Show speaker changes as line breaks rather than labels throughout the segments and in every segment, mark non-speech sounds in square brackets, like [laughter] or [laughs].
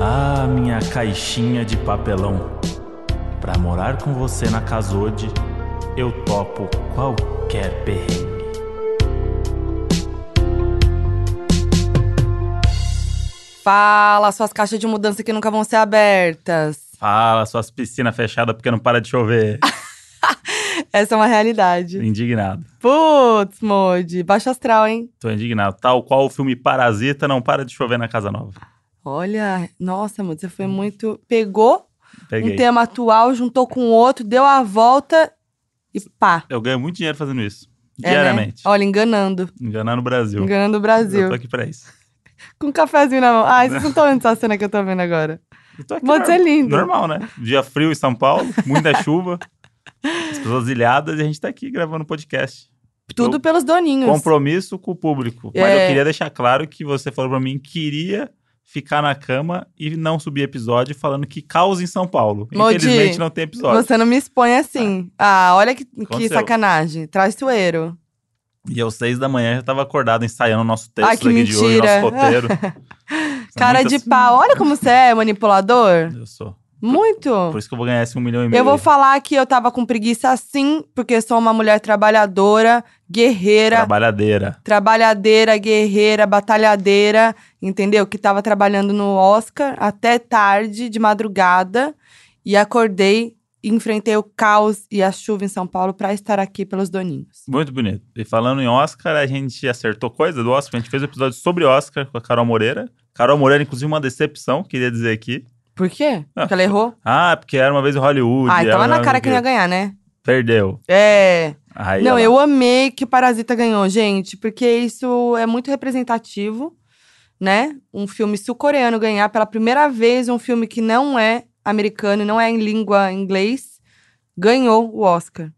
Ah, caixinha de papelão. Pra morar com você na Casode, eu topo qualquer perrengue.
Fala, suas caixas de mudança que nunca vão ser abertas.
Fala, suas piscinas fechadas porque não para de [laughs] chover.
Essa é uma realidade.
indignado.
Putz, Modi, baixo astral, hein?
Tô indignado. Tal qual o filme Parasita não para de chover na Casa Nova.
Olha, nossa, Modi, você foi muito. Pegou um
Hum. Peguei.
tema atual, juntou com outro, deu a volta e pá.
Eu ganho muito dinheiro fazendo isso.
É, né?
diariamente.
Olha, enganando.
Enganar no Brasil.
Enganando o
Eu
Brasil.
tô aqui pra isso.
Com um cafezinho na mão. Ai, vocês não estão vendo essa cena que eu tô vendo agora.
Eu tô aqui
Modi,
na-
você é lindo.
Normal, né? Dia frio em São Paulo, muita [laughs] chuva, as pessoas ilhadas e a gente tá aqui gravando podcast.
Tudo
Eu-
pelos doninhos.
Compromisso com o público. Mas
É.
eu queria deixar claro que você falou pra mim que queria ficar na cama e não subir episódio falando que causa em São Paulo.
Modi,
Infelizmente não tem episódio.
Você não me expõe assim. Ah, olha que, que
É. Aconteceu.
sacanagem. Traz sueiro.
E eu, seis da manhã, já tava acordado ensaiando o nosso texto
Ai, que
aqui de hoje,
mentira.
nosso
[laughs]
roteiro. São
Cara
muitas-
de pau. Olha como você é manipulador.
[laughs] Eu sou.
Muito.
Por isso que eu vou ganhar esse um milhão e meio.
Eu vou falar que eu tava com preguiça assim, porque sou uma mulher trabalhadora, guerreira,
Trabalhadeira.
trabalhadeira, guerreira, batalhadeira, entendeu? Que tava trabalhando no Oscar até tarde, de madrugada, e acordei, e enfrentei o caos e a chuva em São Paulo pra estar aqui pelos doninhos.
Muito bonito. E falando em Oscar, a gente acertou coisa do Oscar. A gente fez um episódio sobre Oscar com a Carol Moreira. Carol Moreira, inclusive, uma decepção, queria dizer aqui.
Por quê?
Ah,
Porque ela errou?
Ah, porque era uma vez em Hollywood.
Ah, então
ela
é na
não
cara que não ia
queria-
ganhar, né?
Perdeu.
É.
Aí
Não,
ela-
eu amei que o Parasita ganhou, gente, porque isso é muito representativo, né? Um filme sul-coreano ganhar pela primeira vez um filme que não é americano, não é em língua inglês, ganhou o Oscar.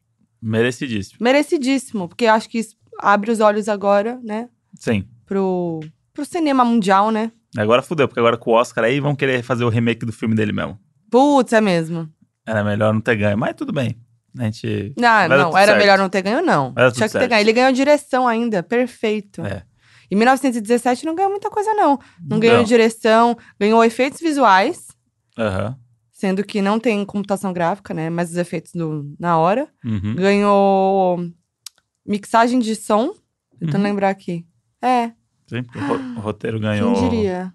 Merecidíssimo.
Merecidíssimo, porque eu acho que isso abre os olhos agora, né?
Sim.
Pro, pro cinema mundial, né?
Agora fudeu, porque agora com o Oscar aí vão querer fazer o remake do filme dele mesmo.
Putz, é mesmo.
Era melhor não ter ganho, mas tudo bem. A gente.
Ah,
Vai dar
não,
tudo
era
certo.
melhor não ter ganho, não.
Vai dar tudo
Tinha que ter
certo.
ganho. Ele ganhou direção ainda, perfeito.
É.
Em 1917 não ganhou muita coisa, não. Então, Não ganhou
Não.
direção, ganhou efeitos visuais,
Aham.
sendo que não tem computação gráfica, né? Mas os efeitos do- na hora.
Uhum.
Ganhou mixagem de som. Tentando
Uhum.
lembrar aqui. É,
Sim, porque o ro- o roteiro ganhou.
quem diria?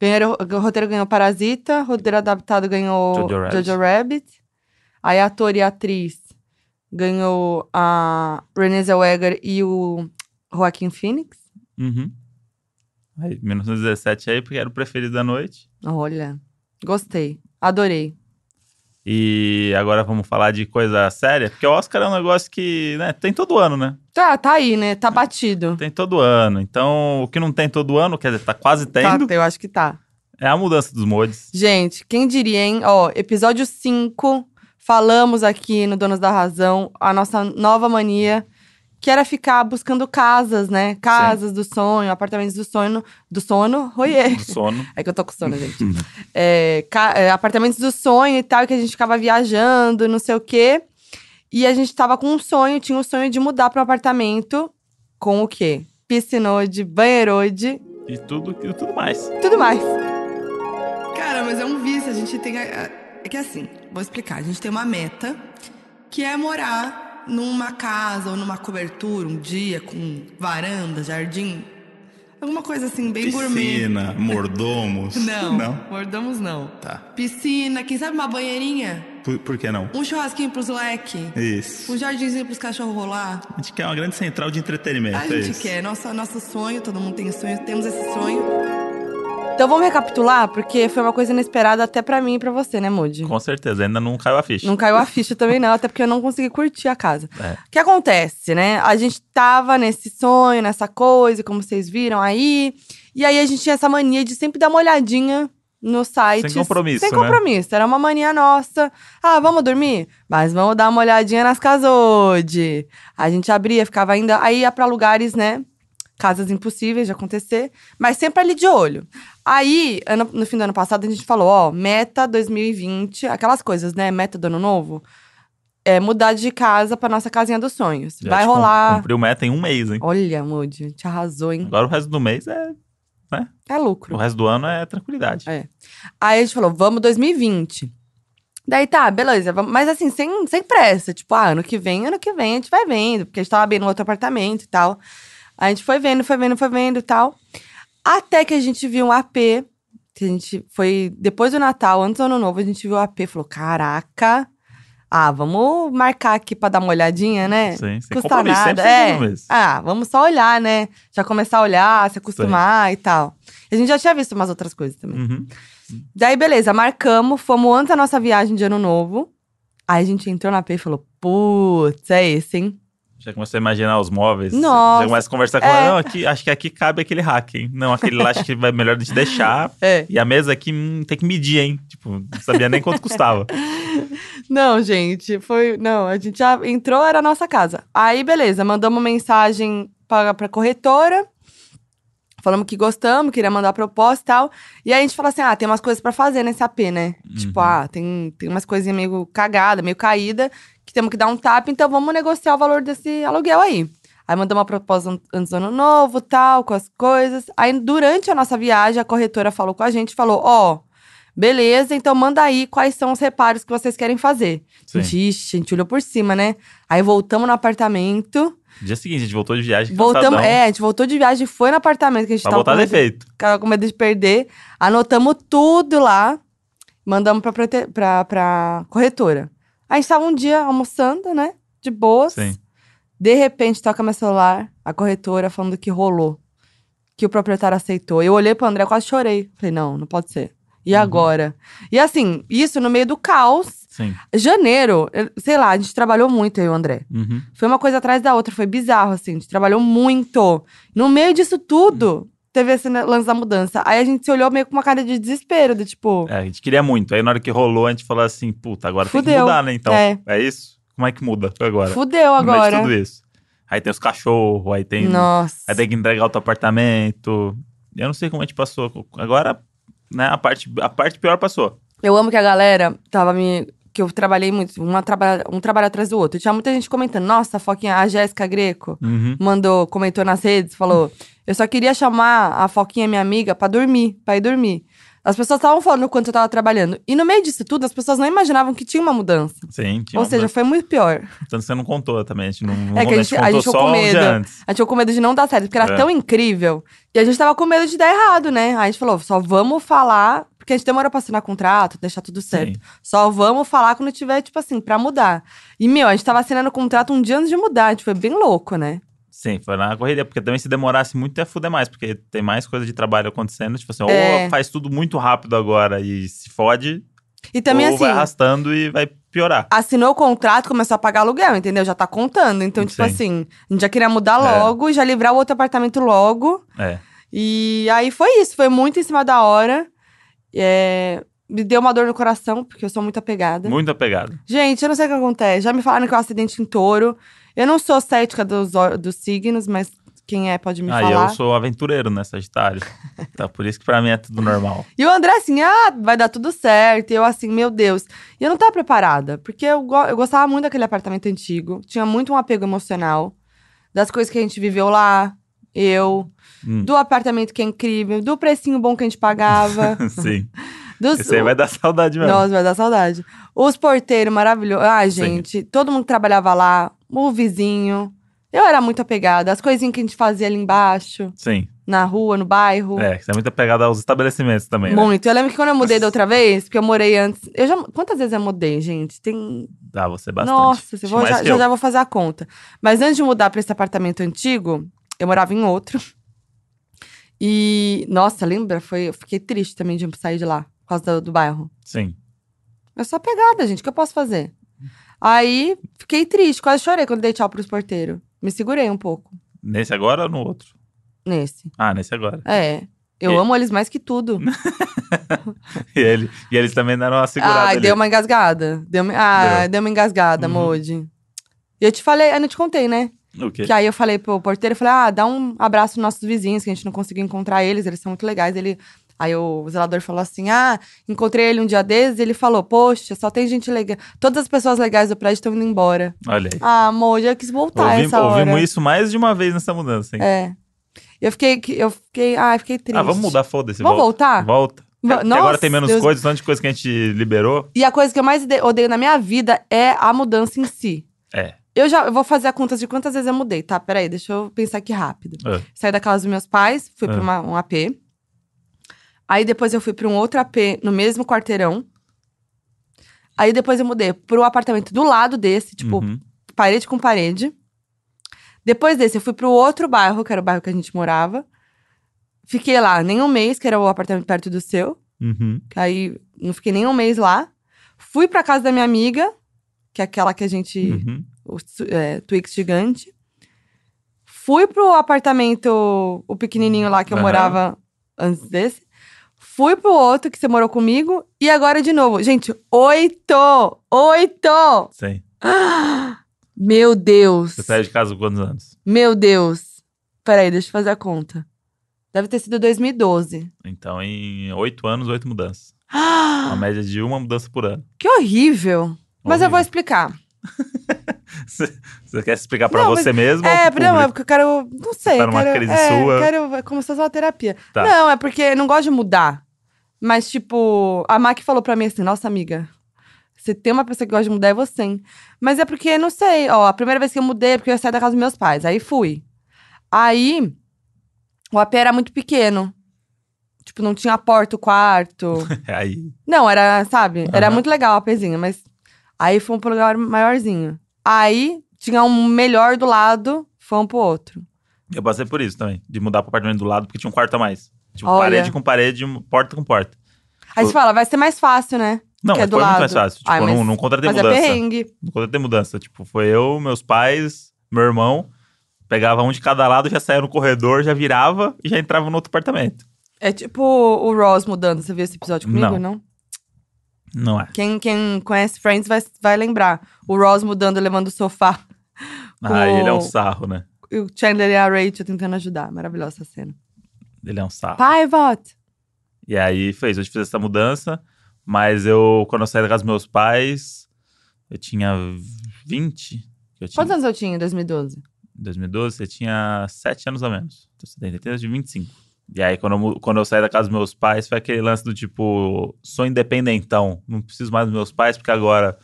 Ganharam, o roteiro ganhou Parasita, roteiro adaptado ganhou
Jojo Rabbit.
Jojo Rabbit. Aí ator e atriz ganhou a Renée Zellweger e o Joaquim Phoenix.
Uhum. Aí, 1917 aí, porque era o preferido da noite.
Olha, gostei, adorei.
E agora vamos falar de coisa séria, porque o Oscar é um negócio que, né, tem todo ano, né?
Tá, tá aí, né? Tá batido.
Tem todo ano. Então, o que não tem todo ano, quer dizer, tá quase
Tá,
tendo,
eu acho que tá.
é a mudança dos modes.
Gente, quem diria, hein? Ó, episódio 5, falamos aqui no Donos da Razão a nossa nova mania, que era ficar buscando casas, né? Casas do sonho, apartamentos do sono, do sono, roiê.
Do sono.
É que eu tô com sono, gente. É, ca- é, apartamentos do sonho e tal, que a gente ficava viajando, não sei o quê. E a gente tava com um sonho, tinha o sonho de mudar para um apartamento com o quê? Piscinode, banheirode,
e tudo, e tudo mais.
tudo mais. Cara, mas é um vício. A gente tem. a- a- É que assim, vou explicar. A gente tem uma meta que é morar numa casa ou numa cobertura um dia com varanda, jardim. Alguma coisa assim, bem gourmet.
mordomos.
[laughs] Não, mordomos não.
Tá.
Piscina, quem sabe uma banheirinha?
Por, que não?
Um churrasquinho pros leque?
Isso.
Um jardinzinho pros cachorros rolar?
A gente quer uma grande central de entretenimento. é
A gente quer, nosso, nosso sonho, todo mundo tem sonho, temos esse sonho. Então vamos recapitular, porque foi uma coisa inesperada até pra mim e pra você, né, Moody?
Com certeza, ainda não caiu a ficha.
Não caiu a ficha também, não, até porque eu não consegui curtir a casa.
É.
O que acontece, né? A gente tava nesse sonho, nessa coisa, como vocês viram aí. E aí a gente tinha essa mania de sempre dar uma olhadinha no site.
Sem compromisso,
Sem
né?
compromisso. Era uma mania nossa. Ah, vamos dormir? Mas vamos dar uma olhadinha nas casode. A gente abria, ficava ainda. Aí ia pra lugares, né? Casas impossíveis de acontecer, mas sempre ali de olho. Aí, ano- no fim do ano passado, a gente falou: ó, meta 2020, aquelas coisas, né? Meta do ano novo. É mudar de casa pra nossa casinha dos sonhos.
Já tipo,
Vai
te cum-
rolar. Hum.
Cumpriu meta em um mês, hein?
Olha, Moody, te arrasou, hein?
Agora o resto do mês é
É lucro.
O resto do ano é tranquilidade.
É. Aí a gente falou, vamos 2020. Daí tá, beleza, vamos- mas assim, sem, sem pressa. Tipo, ah, ano que vem, ano que vem a gente vai vendo, porque a gente tava bem no outro apartamento e tal. A gente foi vendo, foi vendo, foi vendo e tal. Até que a gente viu um AP, que a gente foi depois do Natal, antes do Ano Novo, a gente viu o AP falou: caraca, ah, vamos marcar aqui pra dar uma olhadinha, né?
Sim, sem
Custa
compromisso,
nada,
sempre
é.
fazendo isso.
Ah, vamos só olhar, né? Já começar a olhar, se acostumar e tal. A gente já tinha visto umas outras coisas também.
Uhum.
Daí, beleza, marcamos, fomos antes da nossa viagem de ano novo. Aí a gente entrou na P e falou: putz, é esse, hein?
Já começou a imaginar os móveis.
Nossa.
Já começa a conversar com
É.
ela. Não, aqui, acho que aqui cabe aquele hack, hein? Não, aquele lá acho que vai melhor a gente deixar.
É.
E a mesa aqui hum, tem que medir, hein? Tipo, não sabia nem quanto
[laughs]
custava.
Não, gente, foi. Não, a gente já entrou, era a nossa casa. Aí, beleza, mandamos mensagem pra, pra corretora. Falamos que gostamos, queria mandar proposta e tal. E aí a gente falou assim: ah, tem umas coisas pra fazer nesse AP, né? Tipo,
Uhum.
ah, tem, tem umas coisinhas meio cagada, meio caída, que temos que dar um tapa, então vamos negociar o valor desse aluguel aí. Aí mandamos uma proposta an- antes do ano novo, tal, com as coisas. Aí, durante a nossa viagem, a corretora falou com a gente, falou, ó, beleza, então manda aí quais são os reparos que vocês querem fazer.
Sim.
Gente, Ixi, a gente olhou por cima, né? Aí voltamos no apartamento,
Dia seguinte, a gente voltou de viagem
voltamos,
cansadão.
é, a gente voltou de viagem, foi no apartamento que a gente
Pra
tava
botar
com medo,
defeito.
tava com medo de perder, anotamos tudo lá, mandamos pra, prote- pra, pra corretora. A gente tava um dia almoçando, né, de boas,
Sim.
de repente, toca meu celular, a corretora falando que rolou. Que o proprietário aceitou. Eu olhei pro André, quase chorei. Falei, não, não pode ser. E
Uhum.
agora? E assim, isso no meio do caos.
Sim.
Janeiro, eu- sei lá, a gente trabalhou muito, eu e o André.
Uhum.
Foi uma coisa atrás da outra, foi bizarro, assim. A gente trabalhou muito. No meio disso tudo, teve esse ne- lance da mudança. Aí a gente se olhou meio com uma cara de desespero, do tipo...
É, a gente queria muito. Aí na hora que rolou, a gente falou assim, puta, agora tem que
Fudeu.
mudar, né? Então,
É.
é isso? Como é que muda agora?
Fudeu
No meio de
agora.
tudo isso. Aí tem os cachorros, aí tem...
Nossa.
Aí tem que entregar outro apartamento. Eu não sei como a gente passou. Agora, né, a parte, a parte pior passou.
Eu amo que a galera tava me. Que eu trabalhei muito, uma traba- um trabalho atrás do outro. Tinha muita gente comentando, nossa, Foquinha, a Jéssica Greco
Uhum.
mandou, comentou nas redes, falou: Eu só queria chamar a Foquinha, minha amiga, pra dormir, pra ir dormir. As pessoas estavam falando o quanto eu tava trabalhando. E no meio disso tudo, as pessoas não imaginavam que tinha uma mudança.
Sim, tinha
Ou
uma-
seja, foi muito pior.
Tanto que você não contou também. A gente não,
É que a
a
gente-
gente
a
contou
gente ficou
só
com
um dia
medo.
antes.
A gente ficou com medo de não dar certo, porque era
É.
tão incrível. E a gente tava com medo de dar errado, né? Aí a gente falou, só vamos falar, porque a gente demora pra assinar contrato, deixar tudo certo.
Sim.
Só vamos falar quando tiver, tipo assim, pra mudar. E, meu, a gente tava assinando o contrato um dia antes de mudar. A gente foi bem louco, né?
Sim, foi na correria. Porque também se demorasse muito, ia fuder mais. Porque tem mais coisa de trabalho acontecendo. Tipo assim,
É.
ou faz tudo muito rápido agora e se fode.
E também,
ou
assim,
vai arrastando e vai piorar.
assinou o contrato, começou a pagar aluguel, entendeu? Já tá contando. Então, tipo
Sim.
assim, a gente já queria mudar
É.
logo, já livrar o outro apartamento logo.
É.
E aí foi isso, foi muito em cima da hora. É, me deu uma dor no coração, porque eu sou muito apegada.
Muito apegado.
Gente, eu não sei o que acontece. Já me falaram que é um acidente em touro. Eu não sou cética dos, hor- dos signos, mas quem é pode me
ah, e eu
falar.
sou aventureiro, né,
[laughs]
Sagitário? então, por isso que pra mim é tudo normal.
E o André assim, ah, vai dar tudo certo. E eu assim, meu Deus. E eu não tava preparada, porque eu, go- eu gostava muito daquele apartamento antigo. Tinha muito um apego emocional. Das coisas que a gente viveu lá, eu.
Hum,
Do apartamento que é incrível, do precinho bom que a
[laughs]
gente pagava.
Sim.
dos,
Esse aí vai dar saudade mesmo.
Nossa, vai dar saudade. Os porteiros maravilhosos. Ai,
Sim.
gente, todo mundo que trabalhava lá, o vizinho. Eu era muito apegada. As coisinhas que a gente fazia ali embaixo,
Sim.
na rua, no bairro.
É, você é muito apegado aos estabelecimentos também, né?
Muito. Eu lembro que quando eu mudei da outra vez, porque eu morei antes. Eu já. Quantas vezes eu mudei, gente? Tem.
Dá você bastante.
Nossa, eu
Acho
vou,
mais
já,
que
já,
eu.
já vou fazer a conta. Mas antes de mudar pra esse apartamento antigo, eu morava em outro. E, nossa, lembra? Foi, eu fiquei triste também de sair de lá, por causa do- do bairro.
Sim.
Eu sou apegada, gente. O que eu posso fazer? Aí, fiquei triste. Quase chorei quando dei tchau pros porteiros. Me segurei um pouco
Nesse agora ou no outro?
nesse.
Ah, nesse agora. [laughs]
É. Eu
E-
amo eles mais que tudo.
E, ele, e eles também deram uma segurada
Ah,
ali.
deu uma engasgada. Deu uma- ah, deu.
Deu.
uma engasgada,
Uhum.
Moody. E eu te falei, eu não te contei, né?
O quê?
Que aí eu falei pro porteiro, eu falei, ah, dá um abraço nos nossos vizinhos, que a gente não conseguiu encontrar eles, eles são muito legais. Ele, aí o zelador falou assim, ah, encontrei ele um dia desses, e ele falou, poxa, só tem gente legal. Todas as pessoas legais do prédio estão indo embora.
[laughs] Olha aí.
Ah, Moody, eu quis voltar
Ouvim-
essa hora.
ouvimos isso mais de uma vez nessa mudança, hein?
É. Eu fiquei, que- eu fiquei, ai, fiquei triste.
Ah, vamos mudar, foda-se.
Vamos
volta.
voltar?
Volta. É,
Va-
Que agora tem
Nossa,
menos
Deus.
coisas, tanto de coisa que a gente liberou.
E a coisa que eu mais ide- odeio na minha vida é a mudança em si.
É.
Eu já eu vou fazer a conta de quantas vezes eu mudei, tá? Peraí, deixa eu pensar aqui rápido.
É.
Saí da casa dos meus pais, fui
É.
pra uma- um AP. Aí depois eu fui pra um outro AP no mesmo quarteirão. Aí depois eu mudei pro apartamento do lado desse, tipo,
Uhum.
parede com parede. Depois desse, eu fui pro outro bairro, que era o bairro que a gente morava. Fiquei lá nem um mês, que era o apartamento perto do seu.
Uhum.
Que Aí não fiquei nem um mês lá. Fui pra casa da minha amiga, que é aquela que a gente.
Uhum.
O su- é, Twix gigante. Fui pro apartamento, o pequenininho lá que eu
Aham.
morava antes desse. Fui pro outro que você morou comigo. E agora de novo. Gente, oito! Oito!
Sim.
Ah! Meu Deus!
Você tá saiu de casa com quantos anos?
Meu Deus! Peraí, deixa eu fazer a conta. Deve ter
[gasps]
sido 2012.
Então, em oito anos, oito mudanças. Uma
Ah,
média de uma mudança por ano.
que horrível! Mas eu vou
Horrível.
explicar.
[laughs] Você quer se explicar pra
Não, mas-
você mesmo? ou
É,
pro
não, é
público?
porque eu quero. Não sei.
tá numa
quero,
crise
é,
sua.
quero é como se fosse uma terapia.
Tá.
Não, é porque eu não gosto de mudar. Mas, tipo, a Mac falou pra mim assim: nossa, amiga, você tem uma pessoa que gosta de mudar é você, hein? Mas é porque, não sei, ó, a primeira vez que eu mudei é porque eu ia sair da casa dos meus pais. Aí fui. Aí, o AP era muito pequeno. Tipo, não tinha porta, o quarto.
[laughs] Aí,
Não, era, sabe? Era
Aham.
muito legal a pezinha, mas. Aí fomos pro lugar maiorzinho. Aí tinha um melhor do lado, fomos pro outro.
eu passei por isso também. De mudar pro apartamento do lado, porque tinha um quarto a mais. Tipo,
Olha.
parede com parede, um- porta com porta.
Aí você fala, vai ser mais fácil, né?
Não,
Que é
mas
do
foi
lado.
muito mais fácil. Tipo,
Ai, mas-
não, não contratei
Mas é
mudança.
perrengue.
não contratei mudança. Tipo, foi eu, meus pais, meu irmão. Pegava um de cada lado, já saía no corredor, já virava e já entrava no outro apartamento.
É tipo o Ross mudando. Você viu esse episódio comigo, não?
Não. Não é.
Quem, quem conhece Friends vai, vai lembrar. O Ross mudando, levando o sofá.
Ah,
O-
ele é um sarro, né?
E o Chandler e a Rachel tentando ajudar. Maravilhosa essa cena.
Ele é um sarro.
Pivot!
E aí fez, eu fiz essa mudança, mas eu, quando eu saí da casa dos meus pais, eu tinha 20. Eu tinha,
Quantos anos eu tinha em 2012?
Em 2012, eu tinha 7 anos a menos. Então, 73 de 25. E aí, quando eu, mu- quando eu saí da casa dos meus pais, foi aquele lance do tipo, sou independentão, não preciso mais dos meus pais, porque agora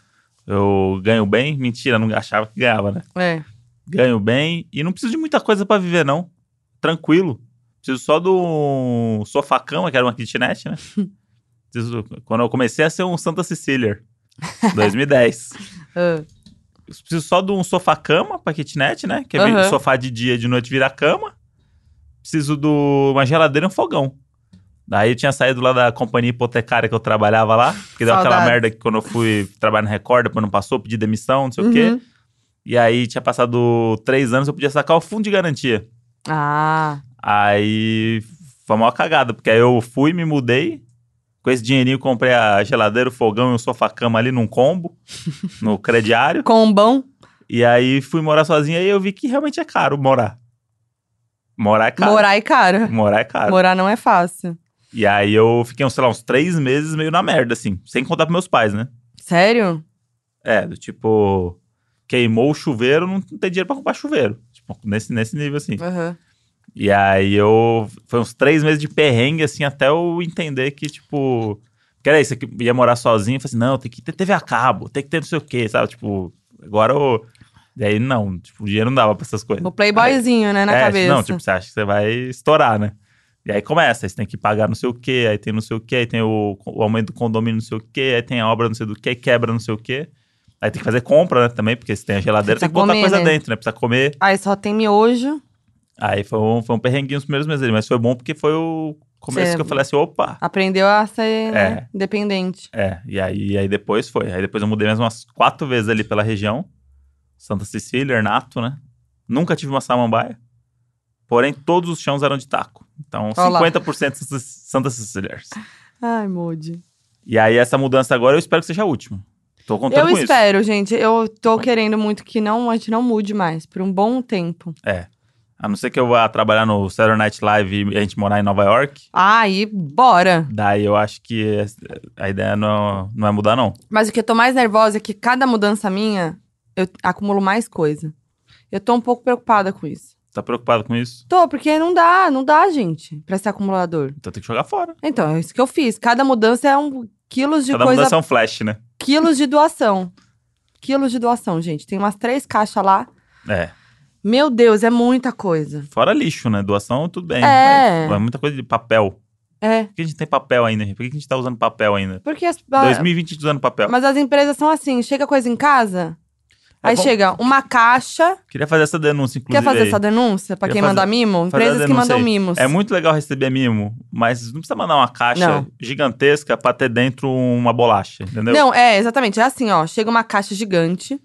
eu ganho bem. Mentira, não achava que ganhava, né?
É.
ganho bem e não preciso de muita coisa pra viver, não. Tranquilo. Preciso só do sofá-cama, que era uma kitnet, né? Preciso do- Quando eu comecei a ser um Santa Cecília, 2010.
Ah,
Preciso só de um sofá-cama pra kitnet, né? Que é
Aham.
sofá de dia, de noite virar cama. Preciso de uma geladeira e um fogão. Daí eu tinha saído lá da companhia hipotecária que eu trabalhava lá, que deu aquela
Saudades.
merda que quando eu fui trabalhar na Record, depois não passou, pedi demissão, não sei o quê.
uhum.
E aí tinha passado três anos, eu podia sacar o fundo de garantia.
Ah,
Aí foi a maior cagada, porque aí eu fui, me mudei. Com esse dinheirinho eu comprei a geladeira, o fogão e o sofá-cama ali num combo, no crediário.
combão.
E aí fui morar sozinho e eu vi que realmente é caro morar. Morar é caro.
Morar é caro.
Morar é caro.
Morar não é fácil.
E aí eu fiquei, uns, sei lá, uns três meses meio na merda, assim. Sem contar pros meus pais, né?
Sério?
É, do tipo... Queimou o chuveiro, não tem dinheiro pra comprar chuveiro. Tipo, nesse, nesse nível, assim.
Aham.
E aí eu. Foi uns três meses de perrengue, assim, até eu entender que, tipo. Que era isso, eu ia morar sozinho. Eu falei assim, não, tem que ter TV a cabo, tem que ter não sei o quê, sabe? Tipo, agora eu. E aí não, tipo, o dinheiro não dava pra essas coisas.
O playboyzinho, né, na
É,
cabeça.
Não, tipo, você acha que você vai estourar, né? E aí começa, aí você tem que pagar não sei o quê, aí tem não sei o quê, aí tem o, o aumento do condomínio não sei o quê, aí tem a obra não sei do quê, quebra não sei o quê. Aí tem que fazer compra, né, também, porque se tem a geladeira,
Precisa
tem que botar
comer,
coisa
né?
dentro, né? Precisa comer.
Aí só tem miojo.
Aí foi um, foi um perrenguinho os primeiros meses dele, mas foi bom porque foi o começo
Cê-
que eu falei assim, opa.
Aprendeu a ser né,
É.
independente.
É, e aí, e aí depois foi. Aí depois eu mudei mais umas quatro vezes ali pela região. Santa Cecília, Hernato, né? Nunca tive uma samambaia. Porém, todos os chãos eram de taco. Então,
Ó lá.
50% Santa- Santa Cecília.
Ai, Moody.
E aí, essa mudança agora, eu espero que seja a última. Tô contando
Eu
com isso.
espero, gente. Eu tô querendo muito que não, a gente não mude mais por um bom tempo.
A não ser que eu vá trabalhar no Saturday Night Live e a gente morar em Nova York.
Aí, bora!
Daí eu acho que a ideia não, não é mudar, não.
Mas o que eu tô mais nervosa é que cada mudança minha, eu acumulo mais coisa. Eu tô um pouco preocupada com isso.
Tá preocupado com isso?
Tô, porque não dá, não dá, gente, pra ser acumulador.
Então tem que jogar fora.
Então, é isso que eu fiz. Cada mudança é um quilos de
Cada
coisa,
mudança é um flash, né?
quilos de doação. Quilos de doação, gente. Tem umas três caixas lá.
É.
Meu Deus, é muita coisa.
Fora lixo, né? Doação, tudo bem.
É.
Mas, pô, é muita coisa de papel.
É.
Por que a gente tem papel ainda, gente? Por que a gente tá usando papel ainda?
Porque as ah,
2020 a gente tá usando papel.
Mas as empresas são assim, chega coisa em casa,
É
aí
bom-
chega uma caixa.
Queria fazer essa denúncia, inclusive.
Quer fazer
aí.
essa denúncia pra
Queria
quem
fazer-
manda mimo?
fazer a
Empresas que
denúncia
mandam
aí.
mimos.
É muito legal receber mimo, mas não precisa mandar uma caixa
Não.
gigantesca pra ter dentro uma bolacha, entendeu?
Não, é, exatamente. É assim, ó. Chega uma caixa gigante,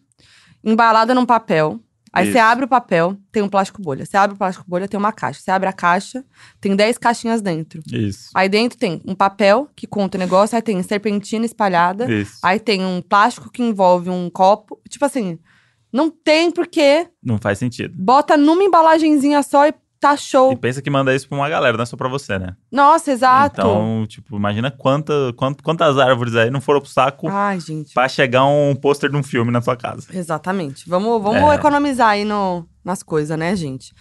embalada num papel. Aí
Isso.
você abre o papel, tem um plástico bolha. Você abre o plástico bolha, tem uma caixa. Você abre a caixa, tem 10 caixinhas dentro.
Isso.
Aí dentro tem um papel que conta o negócio, aí tem serpentina espalhada,
Isso.
aí tem um plástico que envolve um copo. Tipo assim, não tem porquê.
Não faz sentido.
Bota numa embalagenzinha só e tá show.
E pensa que manda isso pra uma galera, não é só pra você, né?
Nossa, exato.
Então, tipo, imagina quanta, quant- quantas árvores aí não foram pro saco
Ai, gente.
pra chegar um pôster de um filme na sua casa.
Exatamente. Vamos, vamos
É.
economizar aí no, nas coisas, né, gente?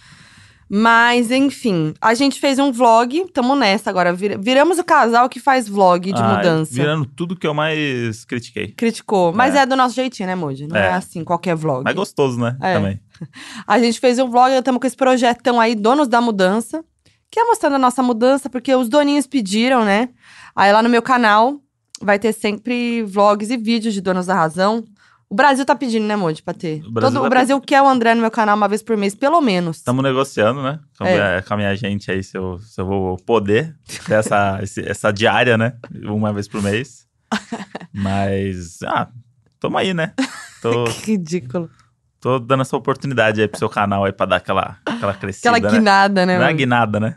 Mas, enfim, a gente fez um vlog, tamo nessa agora. vira- viramos o casal que faz vlog de
Ah,
mudança.
Virando tudo que eu mais critiquei.
Criticou. Mas
É.
é. do nosso jeitinho, né, Moji? Não é,
É.
assim, qualquer vlog.
Mas gostoso, né?
É.
Também.
A gente fez um vlog, estamos com esse projetão aí, Donos da Mudança, que é mostrando a nossa mudança, porque os doninhos pediram, né? Aí lá no meu canal vai ter sempre vlogs e vídeos de Donos da Razão. O Brasil tá pedindo, né, Monte, pra ter.
O
Todo- O
Brasil
Brasil,
tá
quer o André no meu canal uma vez por mês, pelo menos.
Estamos negociando, né? Com,
É.
a, com a minha gente aí, se eu, se eu vou poder ter
[laughs]
essa, esse- essa diária, né? Uma vez por mês. Mas, ah, tamo aí, né? Tô,
[laughs] Que ridículo.
tô dando essa oportunidade aí pro seu canal aí pra dar aquela, aquela crescida,
Aquela
né?
guinada, né?
Não é
mano?
guinada, né?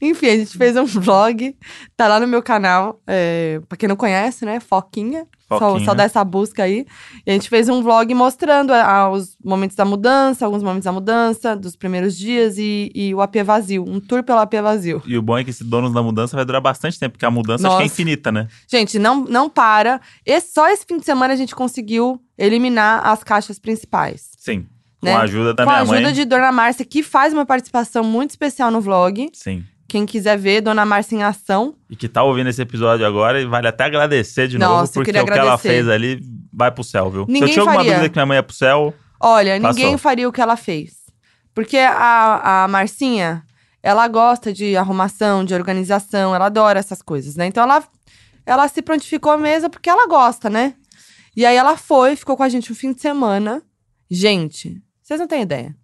Enfim, a gente fez um vlog, tá lá no meu canal, é, pra quem não conhece, né, Foquinha. Só,
Foquinha.
só dá essa busca aí. E a gente fez um vlog mostrando a- a- os momentos da mudança, alguns momentos da mudança, dos primeiros dias e, e o AP vazio. Um tour pelo AP vazio.
E o bom é que esse dono da mudança vai durar bastante tempo, porque a mudança acho que é
Nossa.
infinita, né?
Gente, não, não para. Esse, só esse fim de semana a gente conseguiu eliminar as caixas principais.
Sim. Com
Né?
a ajuda da
Com a
minha
ajuda
mãe.
de Dona Márcia, que faz uma participação muito especial no vlog.
Sim.
Quem quiser ver, Dona Márcia em ação.
E que tá ouvindo esse episódio agora e vale até agradecer de novo,
Nossa, eu
porque
queria
o que ela
agradecer.
fez ali vai pro céu, viu? Se eu
Ninguém
tinha alguma
faria.
dúvida que minha mãe é pro céu,
Olha,
Passou.
ninguém faria o que ela fez. Porque a, a Marcinha, ela gosta de arrumação, de organização, ela adora essas coisas, né? Então ela, ela se prontificou à mesa porque ela gosta, né? E aí ela foi, ficou com a gente um fim de semana. Gente, vocês não têm ideia.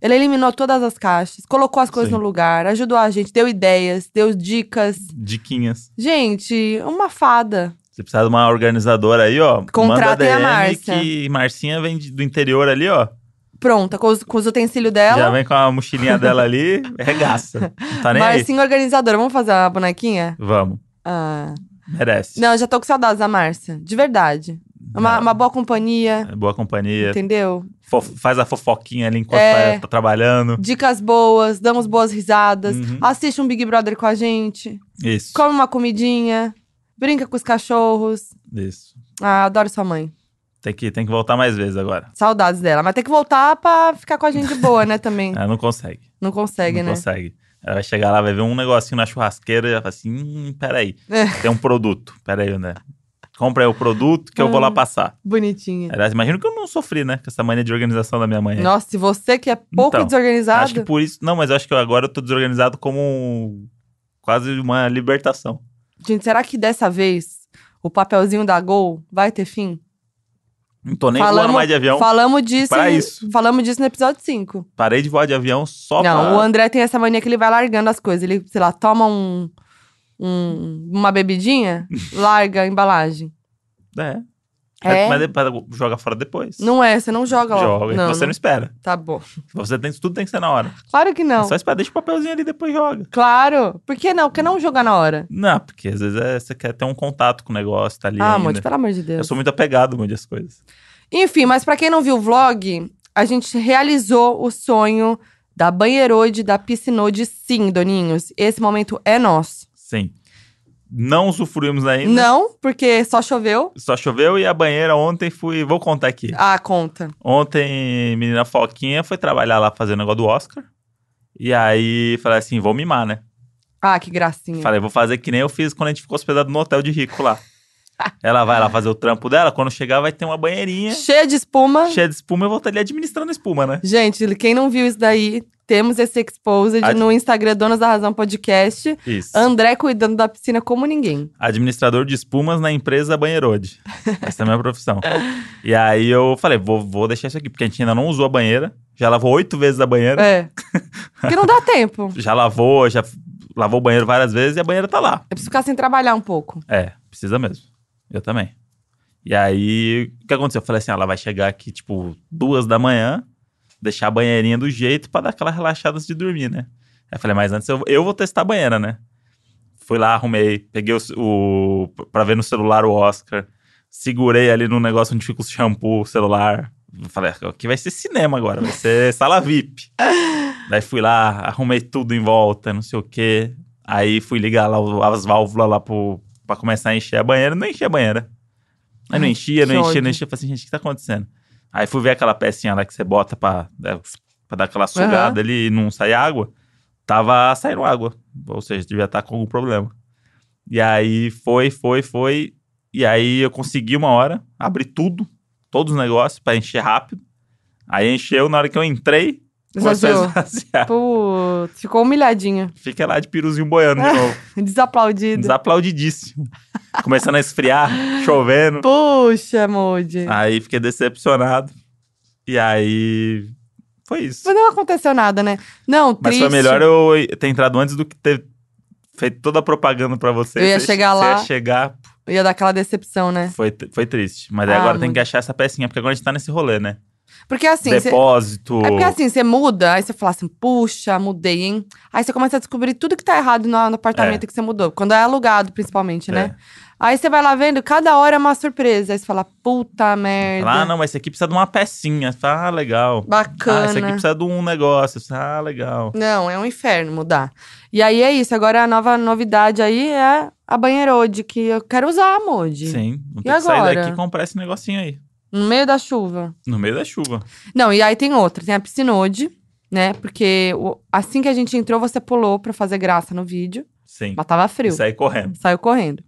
Ela eliminou todas as caixas, colocou as coisas
Sim.
no lugar, ajudou a gente, deu ideias, deu dicas.
diquinhas.
Gente, uma fada.
Você precisa de uma organizadora aí, ó. manda
Contratem a
DM
Márcia.
que Marcinha vem de- do interior ali, ó.
Pronta, com os, com os utensílios
Já
dela.
vem com a mochilinha dela
[laughs]
ali, regaça. Não tá nem aí.
Marcinha organizadora, vamos fazer a bonequinha?
Vamos,
Ah.
merece.
Não, eu já tô com saudades da Márcia, de verdade. É Uma,
Não.
uma boa companhia,
É Boa companhia.
entendeu?
Fo- faz a fofoquinha ali enquanto
É.
tá, tá trabalhando.
Dicas boas, damos boas risadas,
Uhum.
assiste um Big Brother com a gente,
Isso,
come uma comidinha, brinca com os cachorros.
isso.
Ah, adoro sua mãe.
Tem que, tem que voltar mais vezes agora.
Saudades dela. Mas tem que voltar pra ficar com a gente de boa, né,
[laughs]
também.
Ela não consegue.
Não consegue,
É. não
né?
consegue. Ela vai chegar lá, vai ver um negocinho na churrasqueira e vai falar assim: hum, peraí,
É.
tem um produto. Peraí, né? Compra aí o produto que eu
Ah.
vou lá passar.
Bonitinha.
Aliás, imagino que eu não sofri, né? Com essa mania de organização da minha mãe. aí.
Nossa, e você que é pouco
Então,
desorganizado.
Acho que por isso. Não, mas eu acho que agora eu tô desorganizado como um- quase uma libertação.
Gente, será que dessa vez o papelzinho da Gol vai ter fim?
Não tô nem
Falamos-
voando mais de avião.
Falamos disso,
Então, Pra
em-
isso.
falamos disso no episódio 5.
Parei de voar de avião só pra.
Não, o André tem essa mania que ele vai largando as coisas. Ele, sei lá, toma um, um-
[laughs]
uma bebidinha, larga a embalagem.
É.
É?
Mas depois- joga fora depois.
Não é, você não joga lá.
Joga.
Não,
você não,
não-
espera.
Tá bom.
Você tem, tudo tem que ser na hora.
Claro que não.
É só esperar, deixa o papelzinho ali e depois joga.
Claro. Por que não? Por que não jogar na hora?
Não, porque às vezes é- você quer ter um contato com o negócio, tá ali
ah,
ainda.
Monte, pelo amor de
Eu
Deus.
sou muito apegado muito às coisas.
Enfim, mas pra quem não viu o vlog, a gente realizou o sonho da banheiroide, da piscinoide, sim, doninhos. Esse momento é nosso.
Sim. não usufruímos ainda.
Não, porque só choveu.
Só choveu e a banheira ontem fui. Vou contar aqui.
Ah, conta.
Ontem, menina Foquinha foi trabalhar lá fazer o negócio do Oscar. E aí falei assim: vou mimar, né?
Ah, que gracinha.
Falei, vou fazer que nem eu fiz quando a gente ficou hospedado no hotel de rico
[laughs]
lá. Ela vai lá fazer o trampo dela, quando chegar vai ter uma banheirinha
Cheia de espuma.
cheia de espuma, eu vou estar ali administrando a espuma, né?
Gente, quem não viu isso daí, temos esse Exposed
Ad-
no Instagram Donas da Razão Podcast.
Isso.
André cuidando da piscina como ninguém.
Administrador de espumas na empresa Banheirode. Essa é a minha profissão. E aí eu falei, vou, vou deixar isso aqui, porque a gente ainda não usou a banheira. Já lavou oito vezes a banheira. [laughs]
É. Porque não dá tempo.
Já lavou, já f- lavou o banheiro várias vezes e a banheira tá lá.
Eu preciso ficar sem trabalhar um pouco.
É, precisa mesmo. Eu também. E aí, o que aconteceu? Eu falei assim, ah, ela vai chegar aqui, tipo, duas da manhã, deixar a banheirinha do jeito pra dar aquela relaxada antes de dormir, né? Aí eu falei, mas antes eu, eu vou testar a banheira, né? Fui lá, arrumei, peguei o, ce- o... pra ver no celular o Oscar, segurei ali no negócio onde fica o shampoo, o celular. Falei, "Ah, aqui vai ser cinema agora, vai
[laughs]
ser sala VIP. Daí fui lá, arrumei tudo em volta, não sei o quê. Aí fui ligar lá o- as válvulas lá pro, pra começar a encher a banheira. Não enchia a banheira. Aí não
Ai,
enchia, não
que
enchia,
ódio.
não enchia. Eu Falei assim, gente, o que tá acontecendo? Aí fui ver aquela pecinha lá que você bota pra, né, pra dar aquela sugada ali e não sair água. Tava saindo água. Ou seja, devia estar com algum problema. E aí foi, foi, foi. E aí eu consegui uma hora, abri tudo, todos os negócios pra encher rápido. Aí encheu, na hora que eu entrei, começou a
Exagerou.
esvaziar. [laughs]
Putz, ficou [laughs] humilhadinha.
Fica lá de piruzinho boiando de novo.
Desaplaudida.
Desaplaudidíssimo. Começando a esfriar, chovendo.
Puxa, Moody.
Aí fiquei decepcionado. E aí. Foi isso.
Mas não aconteceu nada, né? Não,
Mas
triste.
foi melhor eu ter entrado antes do que ter feito toda a propaganda pra vocês.
Eu ia
Você-
chegar
você
lá.
ia chegar,
Ia dar aquela decepção, né?
foi, foi triste. Mas aí
Ah,
agora tem
muito.
que achar essa pecinha, porque agora a gente tá nesse rolê, né?
Porque assim, você-
Depósito.
É porque assim, você muda, aí você fala assim, puxa, mudei, hein? Aí você começa a descobrir tudo que tá errado no, no apartamento que você mudou. Quando é alugado, principalmente, né? Aí você vai lá vendo, cada hora é uma surpresa. Aí você fala, puta merda.
Ah, não, mas esse aqui precisa de uma pecinha. Ah, legal. Ah, esse aqui
Bacana.
precisa de um negócio. Ah, legal.
não, é um inferno mudar. E aí é isso, agora a nova novidade aí é a banheirode, que eu quero usar, Modi.
Sim. Vou ter
E
que sair
agora?
daqui e comprar esse negocinho aí.
No meio da chuva.
No meio da chuva.
Não, e aí tem outra, tem a piscinode, né? Porque o- assim que a gente entrou, você pulou pra fazer graça no vídeo,
Sim.
mas tava
E
frio.
sair correndo.
Saiu correndo.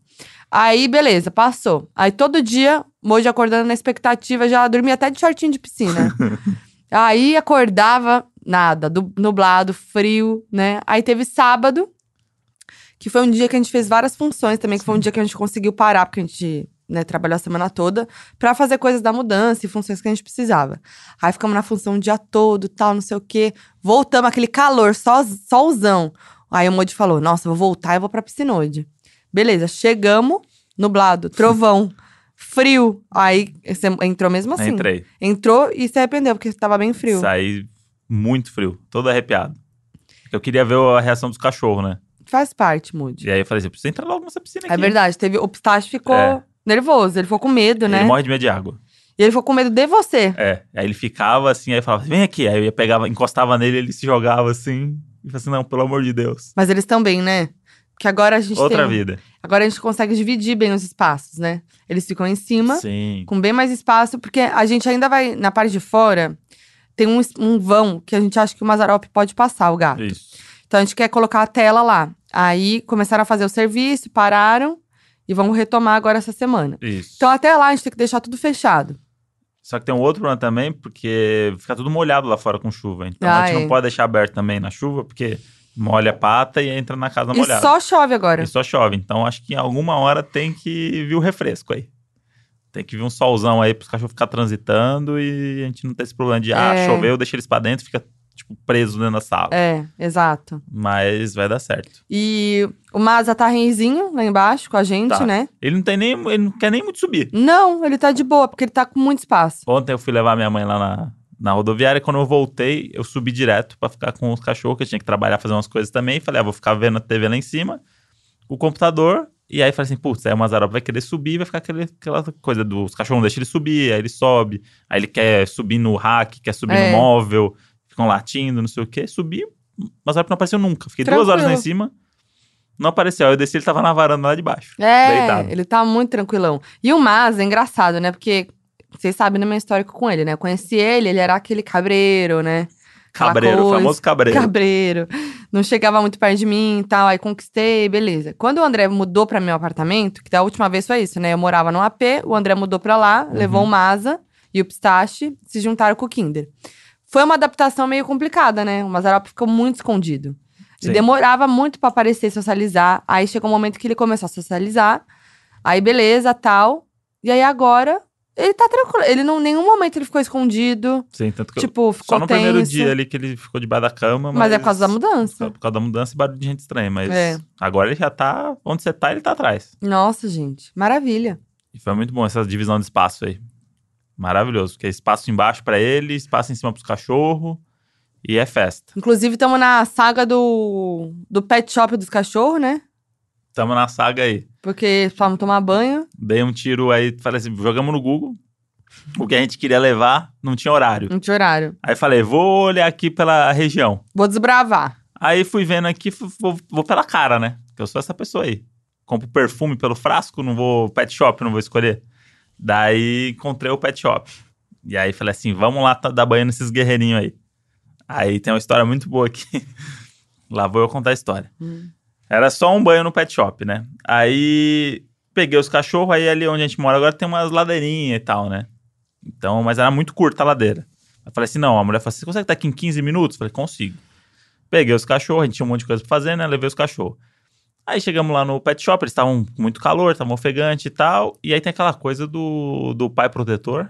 Aí, beleza, passou. Aí todo dia, hoje acordando na expectativa, já dormia até de shortinho de piscina. Aí acordava, nada, du- nublado, frio, né? Aí teve sábado, que foi um dia que a gente fez várias funções também, que foi um dia que a gente conseguiu parar, porque a gente né, trabalhou a semana toda, pra fazer coisas da mudança e funções que a gente precisava. Aí ficamos na função o dia todo, tal, não sei o quê. Voltamos, aquele calor, sol, solzão. Aí o Modi falou: Nossa, vou voltar e vou pra piscinode. Beleza, chegamos, nublado, trovão, [laughs] frio. Aí você entrou mesmo assim.
Entrei.
Entrou e se arrependeu, porque tava bem frio.
Saí muito frio, todo arrepiado. Eu queria ver a reação dos cachorros, né?
Faz parte, Moody.
E aí eu falei assim: eu preciso entrar logo nessa piscina aqui.
É verdade, teve, o pistache ficou
É.
nervoso, ele ficou com medo,
Ele
né?
morre de medo de água.
E ele ficou com medo de você.
É. Aí ele ficava assim, aí eu falava, vem aqui. Aí eu ia pegava, encostava nele, ele se jogava assim. E falava assim: não, pelo amor de Deus.
Mas eles estão bem, né? Porque agora a gente
Outra
tem-
vida.
Agora a gente consegue dividir bem os espaços, né? Eles ficam em cima,
Sim.
com bem mais espaço, porque a gente ainda vai, na parte de fora, tem um, es- um vão que a gente acha que o Mazarope pode passar, o gato.
Isso.
Então a gente quer colocar a tela lá. Aí começaram a fazer o serviço, pararam e vão retomar agora essa semana.
Isso.
Então até lá a gente tem que deixar tudo fechado.
Só que tem um outro problema também, porque fica tudo molhado lá fora com chuva. Então
Ah,
a gente
é.
não pode deixar aberto também na chuva, porque molha a pata e entra na casa
e
molhada.
só chove agora.
E só chove. Então acho que em alguma hora tem que vir o refresco aí. Tem que vir um solzão aí pros cachorros ficar transitando e a gente não ter esse problema de, ah,
É.
choveu, deixa eles pra dentro, fica, tipo, preso dentro da sala.
É, exato.
Mas vai dar certo.
E o Maza tá renzinho lá embaixo com a gente,
Tá.
né?
Ele não tem nem. Ele não quer nem muito subir.
Não, ele tá de boa, porque ele tá com muito espaço.
Ontem eu fui levar minha mãe lá na, na rodoviária e quando eu voltei, eu subi direto pra ficar com os cachorros, que eu tinha que trabalhar, fazer umas coisas também. Falei, ah, vou ficar vendo a TV lá em cima, o computador. E aí falei assim, putz, aí o Mazarop vai querer subir, vai ficar aquele, aquela coisa dos cachorros não deixam ele subir, aí ele sobe, aí ele quer subir no rack, quer subir
É.
no móvel, ficam latindo, não sei o quê. Subi, o Mazarop não apareceu nunca. Fiquei duas horas lá em
Tranquilo.
cima. Não apareceu. Aí eu desci, ele tava na varanda lá de baixo.
É,
Deitado.
ele tá muito tranquilão. E o Mas é engraçado, né? Porque vocês sabem do meu histórico com ele, né? Eu conheci ele, ele era aquele cabreiro, né? Aquela
Cabreiro, o
coisa.
famoso cabreiro.
Cabreiro. Não chegava muito perto de mim e tal. Aí conquistei, beleza. Quando o André mudou pra meu apartamento, que da última vez foi isso, né? Eu morava num AP, o André mudou pra lá,
Uhum.
levou o Masa e o Pistache, se juntaram com o Kinder. Foi uma adaptação meio complicada, né? O Mazarop ficou muito escondido. Ele
Sim.
demorava muito pra aparecer e socializar. Aí chegou um momento que ele começou a socializar. Aí beleza, tal. E aí agora, ele tá tranquilo. Ele não, em nenhum momento ele ficou escondido.
Sim, tanto que eu-
Tipo, ficou
Só no primeiro
tenso.
dia ali que ele ficou debaixo da cama. Mas, Tá
Mas é por causa da mudança.
Por causa da mudança e barulho de gente estranha. Mas
É.
agora ele já tá. Onde você tá, ele tá atrás.
Nossa, gente. Maravilha.
E foi muito bom essa divisão de espaço aí. Maravilhoso. Porque é espaço embaixo pra ele, espaço em cima pros cachorros. E é festa.
Inclusive, estamos na saga do, do pet shop dos cachorros, né?
Tamo na saga aí.
Porque eles precisavam tomar banho,
Dei um tiro aí, falei assim: jogamos no Google. O que a gente queria levar não tinha horário.
não tinha horário.
Aí falei: vou olhar aqui pela região.
Vou desbravar.
Aí fui vendo aqui, fu- vou, vou pela cara, né? Porque eu sou essa pessoa aí. Compro perfume pelo frasco, não vou. Pet shop, não vou escolher. Daí encontrei o pet shop. E aí falei assim: vamos lá tá- dar banho nesses guerreirinhos aí. Aí tem uma história muito boa aqui. [laughs] lá vou eu contar a história.
Hum.
Era só um banho no pet shop, né? Aí peguei os cachorros, aí ali onde a gente mora agora tem umas ladeirinhas e tal, né? Então, mas era muito curta a ladeira. Eu falei assim: não, a mulher falou assim: você consegue estar aqui em 15 minutos? Eu falei: consigo. Peguei os cachorros, a gente tinha um monte de coisa pra fazer, né? Levei os cachorros. Aí chegamos lá no pet shop, eles estavam com muito calor, estavam ofegantes e tal. E aí tem aquela coisa do, do pai protetor,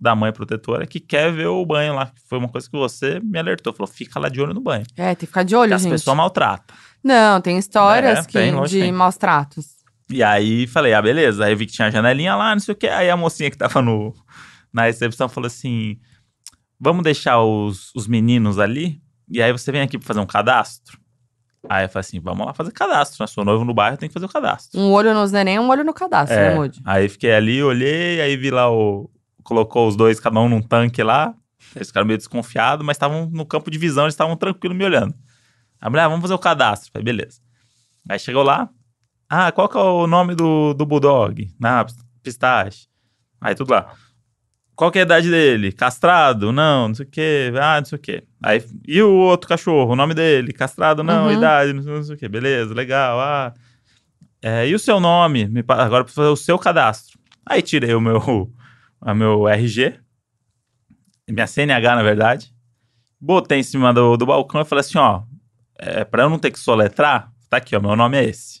da mãe protetora, que quer ver o banho lá. que Foi uma coisa que você me alertou. Falou, fica lá de olho no banho.
É, tem que ficar de
Que
olho,
as
gente.
pessoas maltratam.
Não, tem histórias
É,
que,
tem,
de
lógico que tem.
maus tratos.
E aí falei, ah, beleza. Aí eu vi que tinha a janelinha lá, não sei o quê. Aí a mocinha que tava no, na recepção falou assim: vamos deixar os, os meninos ali. E aí você vem aqui pra fazer um cadastro. Aí eu falei assim: vamos lá fazer cadastro. Né? Sou noivo no bairro, tem que fazer o cadastro.
Um olho nos neném, um olho no cadastro,
É,
né, Moody?
Aí fiquei ali, olhei, aí vi lá o. Colocou os dois, cada um num tanque lá. Eles ficaram meio desconfiados, mas estavam no campo de visão, eles estavam tranquilos me olhando. A mulher, ah, vamos fazer o cadastro. Falei, beleza. Aí chegou lá. Ah, qual que é o nome do, do Bulldog? Na pistache. Aí tudo lá. Qual que é a idade dele? Castrado? Não, não sei o quê. Ah, não sei o quê. Aí, e o outro cachorro? O nome dele? Castrado? Não,
Uhum.
idade, não sei, não sei o quê. Beleza, legal. Ah, é, e o seu nome? Me pa- Agora eu preciso fazer o seu cadastro. Aí tirei o meu, [laughs] a meu RG, minha CNH, na verdade. Botei em cima do, do balcão e falei assim, ó, é, pra eu não ter que soletrar, tá aqui, ó, meu nome é esse.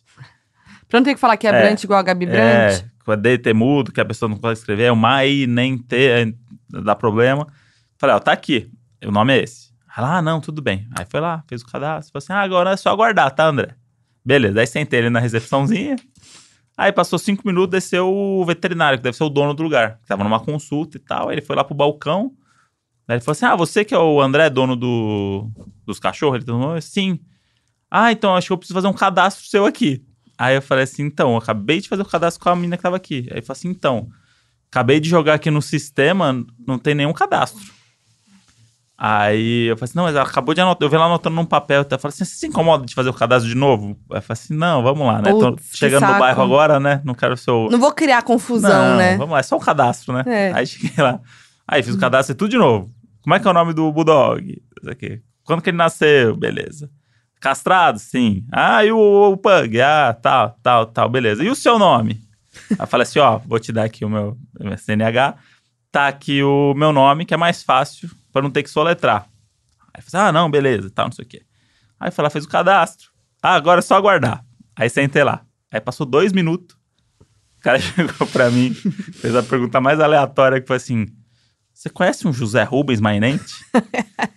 Pra não ter que falar que é,
É,
Brant igual a Gabi Brant.
É, com a D T mudo, que a pessoa não consegue escrever, é o MAI, nem T, é, dá problema. Falei, ó, tá aqui, o nome é esse. Ela, ah, não, tudo bem. Aí foi lá, fez o cadastro, falou assim, ah, agora é só aguardar, tá, André? Beleza, aí sentei ele na recepçãozinha. Aí passou cinco minutos, desceu o veterinário, que deve ser o dono do lugar, que tava numa consulta e tal. Aí ele foi lá pro balcão. Aí ele falou assim: Ah, você que é o André, dono do, dos cachorros? Ele falou: Sim. Ah, então acho que eu preciso fazer um cadastro seu aqui. Aí eu falei assim: Então, eu acabei de fazer o cadastro com a menina que tava aqui. Aí ele falou assim: Então, acabei de jogar aqui no sistema, não tem nenhum cadastro. Aí eu falei assim: Não, mas ela acabou de anotar. Eu vi ela anotando num papel. Eu falei assim: Você se incomoda de fazer o cadastro de novo? Aí eu falei assim: Não, vamos lá, né? Tô
Putz, que
chegando no
saco.
bairro agora, né? Não quero ser o.
Não vou criar confusão,
Não,
né?
Vamos lá, é só o cadastro, né?
É.
Aí cheguei lá. Aí fiz o cadastro e tudo de novo. Como é que é o nome do Bulldog? Isso aqui. Quando que ele nasceu? Beleza. Castrado? Sim. Ah, e o, o Pug? Ah, tal, tal, tal. Beleza. E o seu nome? Aí eu falei assim, ó, vou te dar aqui o meu, meu CNH. Tá aqui o meu nome, que é mais fácil pra não ter que soletrar. Aí eu falei, ah, não, beleza, tal, não sei o quê. Aí foi lá, fez o cadastro. Ah, agora é só aguardar. Aí sentei lá. Aí passou dois minutos. O cara [laughs] chegou pra mim, fez a pergunta mais aleatória que foi assim: Você conhece um José Rubens Mainente?
[laughs]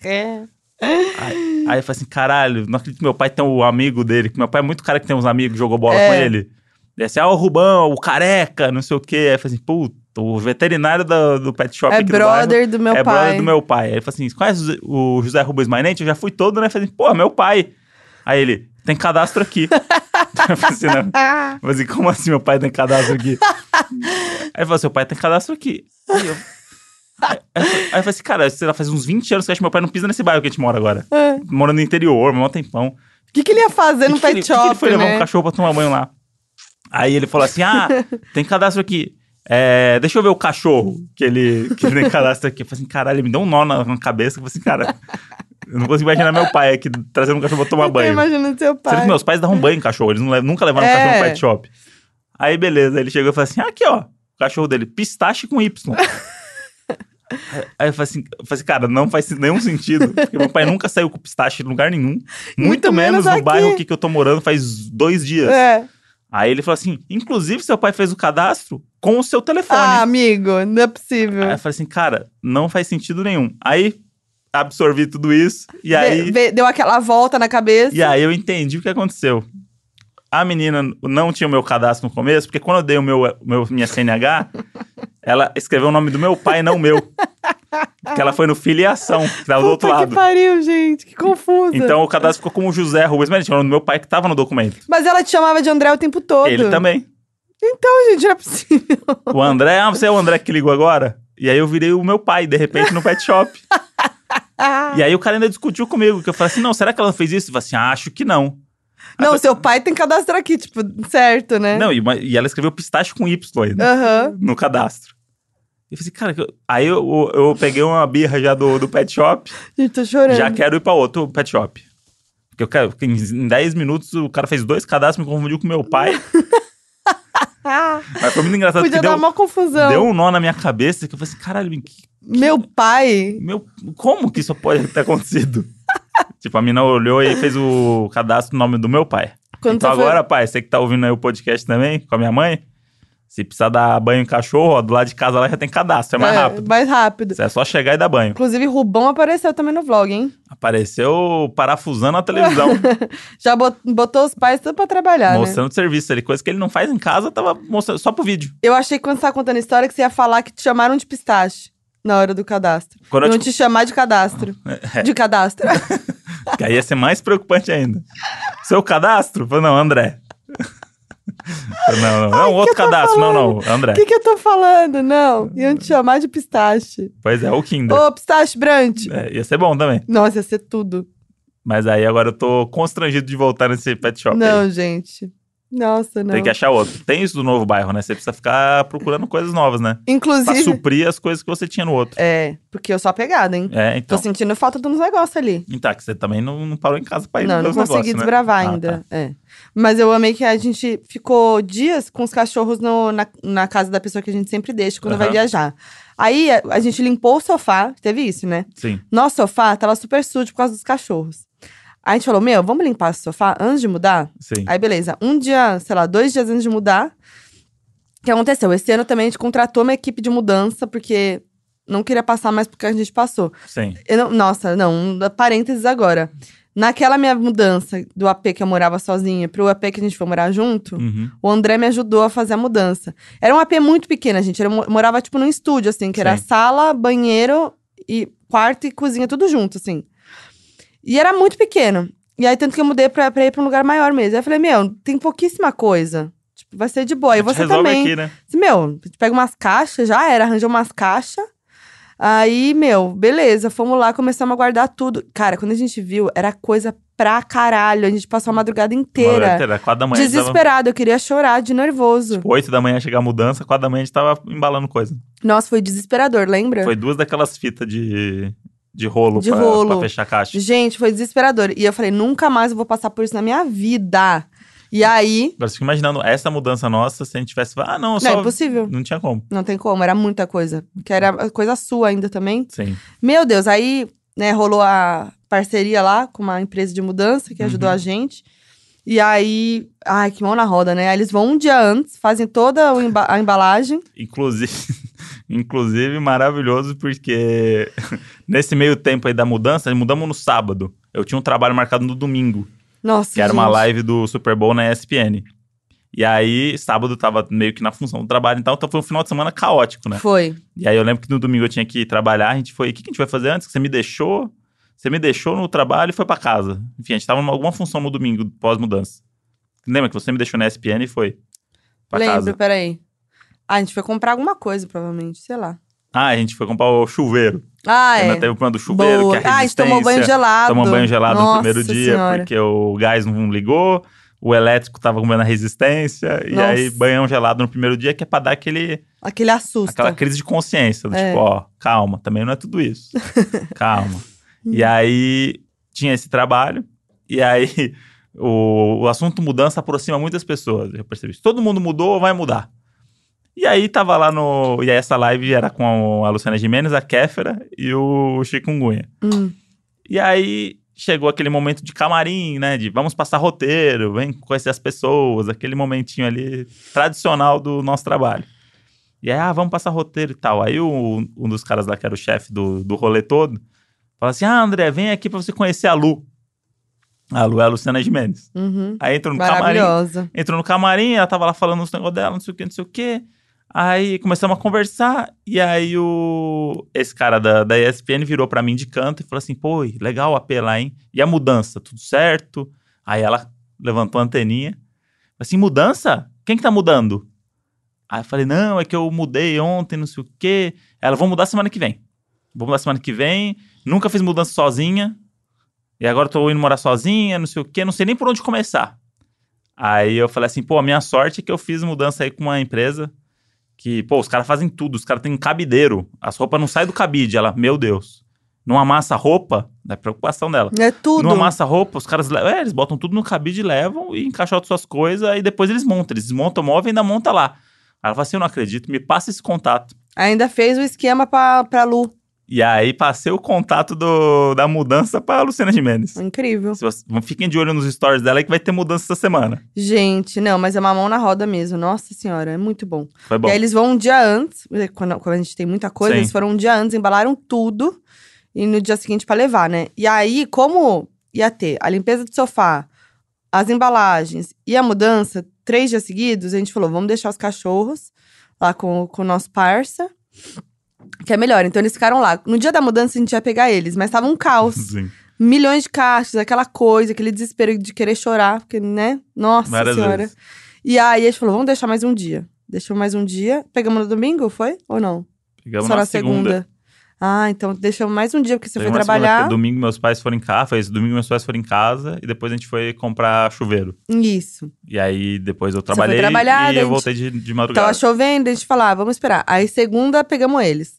É.
aí, aí eu falei assim: Caralho, não acredito que meu pai tem um amigo dele, que meu pai é muito cara que tem uns amigos, jogou bola
É.
com ele. E assim, ah, o Rubão, o Careca, não sei o quê. Aí eu falei assim: Puta, o veterinário do, do pet shop
É
aqui do bairro
brother do meu
é
pai.
brother do meu pai. Aí ele falou assim: "Você conhece o José Rubens Mainente? Eu já fui todo, né? Eu Falei, assim, pô, meu pai. Aí ele, tem cadastro aqui. [laughs] eu falei assim, [laughs] não.
Ah, [laughs]
Eu falei assim, como assim meu pai tem cadastro aqui? aí ele falou, assim, seu pai tem cadastro aqui. Aí eu. Aí, aí eu falei- aí eu falei assim, cara, sei lá, faz uns 20 anos que eu acho que meu pai não pisa nesse bairro que a gente mora agora.
É.
Mora no interior, mó tempão.
O que, que ele ia fazer no
que que
pet
ele- que
shop,
que ele foi levar
né?
um cachorro pra tomar banho lá. Aí ele falou assim: ah, tem cadastro aqui. É, deixa eu ver o cachorro que ele, que ele tem cadastro aqui. Eu falei assim: caralho, ele me deu um nó na, na cabeça. Eu falei assim: cara, eu não consigo imaginar meu pai aqui trazendo um cachorro pra tomar
Eu tô
banho.
imaginando seu
Sendo
pai.
que meus pais davam banho em cachorro, eles não le- nunca levaram
É.
cachorro no pet shop. Aí beleza, ele chegou e falou assim: aqui ó, o cachorro dele, pistache com
[laughs]
Y. Aí eu falei assim, eu falei assim, cara, não faz nenhum sentido. Porque meu pai nunca saiu com pistache em lugar nenhum. Muito,
Muito
menos,
menos
no
aqui.
bairro aqui que eu tô morando faz dois dias.
É.
Aí ele falou assim: inclusive, seu pai fez o cadastro com o seu telefone.
Ah, amigo, não é possível.
Aí eu falei assim, cara, não faz sentido nenhum. Aí absorvi tudo isso e aí.
Ve- ve- Deu aquela volta na cabeça.
E aí eu entendi o que aconteceu. A menina não tinha o meu cadastro no começo, porque quando eu dei o meu, o meu- minha
[laughs]
CNH, ela escreveu o nome do meu pai, não o meu. Porque ela foi no filiação, que tava do outro
Puta que
lado.
pariu, gente. Que confusa.
Então o cadastro ficou como José Rubens Merente, era o nome do meu pai que tava no documento.
Mas ela te chamava de André o tempo todo.
Ele também.
Então, gente, não é possível.
[laughs] O André, ah, você é o André que ligou agora? E aí eu virei o meu pai, de repente, no pet shop.
Ah.
E aí o cara ainda discutiu comigo, que eu falei assim, não, será que ela fez isso? Eu falei assim, ah, acho que não.
Não, seu pai tem cadastro aqui, tipo, certo, né?
Não, e, e ela escreveu pistache com Y ainda.
Aham.
no cadastro. E eu falei, assim, cara, que eu- aí eu, eu, eu peguei uma birra já do, do pet shop,
Gente, tô chorando.
já quero ir pra outro pet shop. Porque eu quero, porque em, em 10 minutos o cara fez dois cadastros, me confundiu com meu pai.
Ah,
Mas foi muito engraçado,
podia
porque
dar
deu,
uma confusão.
deu um nó na minha cabeça, que eu falei assim, caralho, que-
Meu pai.
meu, como que isso pode ter acontecido? [laughs] tipo, a mina olhou e fez o cadastro no nome do meu pai.
Quando
então
você foi-
agora, pai, você que tá ouvindo aí o podcast também, com a minha mãe, se precisar dar banho em cachorro, ó, do lado de casa lá já tem cadastro, é mais rápido.
Mais rápido.
É só chegar e dar banho.
Inclusive, Rubão apareceu também no vlog, hein?
Apareceu parafusando a televisão,
[laughs] Já bot- botou os pais tudo pra trabalhar, né?
mostrando serviço ali. Coisa que ele não faz em casa, tava mostrando só pro vídeo.
Eu achei que quando você tava contando a história que você ia falar que te chamaram de pistache na hora do cadastro.
Quando eu
Não
te- É.
te chamar
[laughs]
de cadastro. De cadastro.
Que aí ia ser mais preocupante ainda. Seu cadastro? Falei, não, André. Falei, não, não, não, outro cadastro. Não, não, André.
[laughs] O que, que eu tô falando? Não. Iam te chamar de pistache.
Pois é, o Kinder.
Ô, pistache Brant.
É, ia ser bom também.
Nossa, ia ser tudo.
Mas aí agora eu tô constrangido de voltar nesse pet shop. aí.
não, gente. Nossa, não.
Tem que achar outro. Tem isso do novo bairro, né? Você precisa ficar procurando coisas novas, né? Pra
Inclusive.
suprir as coisas que você tinha no outro.
É, porque eu sou apegada, hein?
É,
Tô
então.
sentindo falta dos negócios ali.
Então, que você também não, não parou em casa pra ir
não, não
nos
consegui
negócios, né?
desbravar
Ah,
ainda. É. Mas eu amei que a gente ficou dias com os cachorros no- na, na casa da pessoa que a gente sempre deixa quando vai
Aham.
viajar. Aí eh, a, a gente limpou o sofá, teve isso, né?
Sim.
Nosso sofá tava super sujo por causa dos cachorros. Aí a gente falou: Meu, vamos limpar esse sofá antes de mudar?
Sim.
Aí beleza, um dia, sei lá, dois dias antes de mudar. O que aconteceu? Esse ano também a gente contratou uma equipe de mudança, porque não queria passar mais porque a gente passou.
Sim.
Eu não- nossa, não, um- parênteses agora. Naquela minha mudança do AP que eu morava sozinha pro AP que a gente foi morar junto,
Uhum.
o André me ajudou a fazer a mudança. Era um AP muito pequeno, gente. Era, eu morava, tipo, num estúdio, assim, que era
Sim.
sala, banheiro e quarto e cozinha, tudo junto, assim. E era muito pequeno. E aí, tanto que eu mudei pra, pra ir pra um lugar maior mesmo. Aí eu falei, meu, tem pouquíssima coisa. Tipo, vai ser de boa. E
A gente
você
resolve
também.
aqui, né?
Meu, a gente pega umas caixas, já era, arranjou umas caixas. Aí, meu, beleza, fomos lá, começamos a guardar tudo. Cara, quando a gente viu, era coisa pra caralho. A gente passou a madrugada
Uma hora
inteira.
inteira, quatro da manhã. a gente tava-
Desesperado, eu queria chorar de nervoso.
Oito da manhã ia chegar a mudança, quatro da manhã a gente tava embalando coisa.
Nossa, foi desesperador, lembra?
Foi duas daquelas fitas de, de rolo
É. De
pra,
rolo.
pra fechar a caixa.
Gente, foi desesperador. E eu falei, nunca mais eu vou passar por isso na minha vida. E aí,
Agora, você fica imaginando essa mudança nossa, se a gente tivesse... Ah, não,
não é
só...
impossível.
Não tinha como.
Não tem como, era muita coisa. Que era coisa sua ainda também.
Sim.
Meu Deus, aí, né, rolou a parceria lá com uma empresa de mudança que ajudou
Uhum.
a gente. E aí, ai, que mão na roda, né? Aí eles vão um dia antes, fazem toda o emba- a embalagem.
Inclusive... [laughs] Inclusive, maravilhoso, porque [laughs] nesse meio tempo aí da mudança, mudamos no sábado. Eu tinha um trabalho marcado no domingo.
Nossa,
que era uma
gente.
live do Super Bowl na ESPN. E aí, sábado tava meio que na função do trabalho, então, então foi um final de semana caótico, né?
Foi.
E aí eu lembro que no domingo eu tinha que ir trabalhar, a gente foi, o que, que a gente vai fazer antes? Que você me deixou, você me deixou no trabalho e foi pra casa. Enfim, a gente tava em alguma função no domingo, pós-mudança. Lembra que você me deixou na ESPN e foi pra
Lembro,
casa?
peraí. Ah, a gente foi comprar alguma coisa, provavelmente, sei lá.
Ah, a gente foi comprar o chuveiro.
Ah, é.
Ainda teve o problema do chuveiro,
Boa.
que a
ah, a gente
resistência...
tomou banho gelado.
Tomou banho gelado
Nossa
no primeiro dia,
senhora.
porque o gás não ligou, o elétrico tava comendo a resistência, e
Nossa.
aí banhão gelado no primeiro dia, que é pra dar aquele,
Aquele assusto.
aquela crise de consciência. do
É.
Tipo, ó, calma, também não é tudo
[laughs]
isso. calma.
Uhum.
E aí tinha esse trabalho, e aí [laughs] o, o assunto mudança aproxima muitas pessoas. Eu percebi isso. Todo mundo mudou, vai mudar. E aí tava lá no. E aí essa live era com a Luciana Jimenez, a Kéfera e o Chikungunya.
Hum.
E aí chegou aquele momento de camarim, né? De vamos passar roteiro, vem conhecer as pessoas, aquele momentinho ali tradicional do nosso trabalho. E aí, ah, vamos passar roteiro e tal. Aí o- um dos caras lá que era o chefe do, do rolê todo fala assim: Ah, André, vem aqui pra você conhecer a Lu. A Lu é a Luciana Gimenez.
Uhum.
Aí entrou no um camarim
Maravilhosa.
entrou no camarim, ela tava lá falando uns negócios dela, não sei o que, não sei o que. Aí começamos a conversar, e aí o esse cara da, da ESPN virou pra mim de canto e falou assim: pô, legal o AP lá, hein? E a mudança, tudo certo? Aí ela levantou a anteninha, assim: mudança? Quem que tá mudando? Aí eu falei: não, é que eu mudei ontem, não sei o que. Ela, vou mudar semana que vem. Vou mudar semana que vem. Nunca fiz mudança sozinha. E agora eu tô indo morar sozinha, não sei o que, não sei nem por onde começar. Aí eu falei assim, pô, a minha sorte é que eu fiz mudança aí com uma empresa que, pô, os caras fazem tudo, os caras têm cabideiro, as roupas não saem do cabide. Ela, meu Deus, não amassa roupa, da preocupação dela.
É tudo.
Não amassa roupa, os caras levam, é, eles botam tudo no cabide, levam e encaixotam suas coisas e depois eles montam. Eles montam o móvel e ainda monta lá. Aí ela fala assim, eu não acredito, me passa esse contato.
Ainda fez o esquema pra, pra Lu.
E aí passei o contato do, da mudança pra Luciana Gimenez.
Incrível.
Se você- Fiquem de olho nos stories dela aí que vai ter mudança essa semana.
Gente, não, mas é uma mão na roda mesmo. Nossa senhora, é muito bom.
Foi bom.
E aí eles vão um dia antes, quando, quando a gente tem muita coisa,
Sim.
eles foram um dia antes, embalaram tudo e no dia seguinte pra levar, né? E aí, como ia ter a limpeza do sofá, as embalagens e a mudança, três dias seguidos, a gente falou, vamos deixar os cachorros lá com, com o nosso parça, que é melhor. Então eles ficaram lá. No dia da mudança a gente ia pegar eles, mas tava um caos.
Sim.
Milhões de caixas, aquela coisa, aquele desespero de querer chorar, porque, né? Nossa
Várias
senhora.
vezes.
E aí a gente falou, vamos deixar mais um dia. Deixou mais um dia. Pegamos no domingo, foi? Ou não?
Pegamos
Só
na
na segunda. Ah, então deixamos mais um dia, porque você
Pegamos
foi
na segunda,
trabalhar.
porque Domingo meus pais foram em casa, foi isso. Domingo meus pais foram em casa e depois a gente foi comprar chuveiro.
Isso.
E aí depois eu trabalhei
trabalhar,
e eu
gente.
voltei de, de madrugada.
Tava chovendo, a gente falou, ah, vamos esperar. Aí segunda, pegamos eles.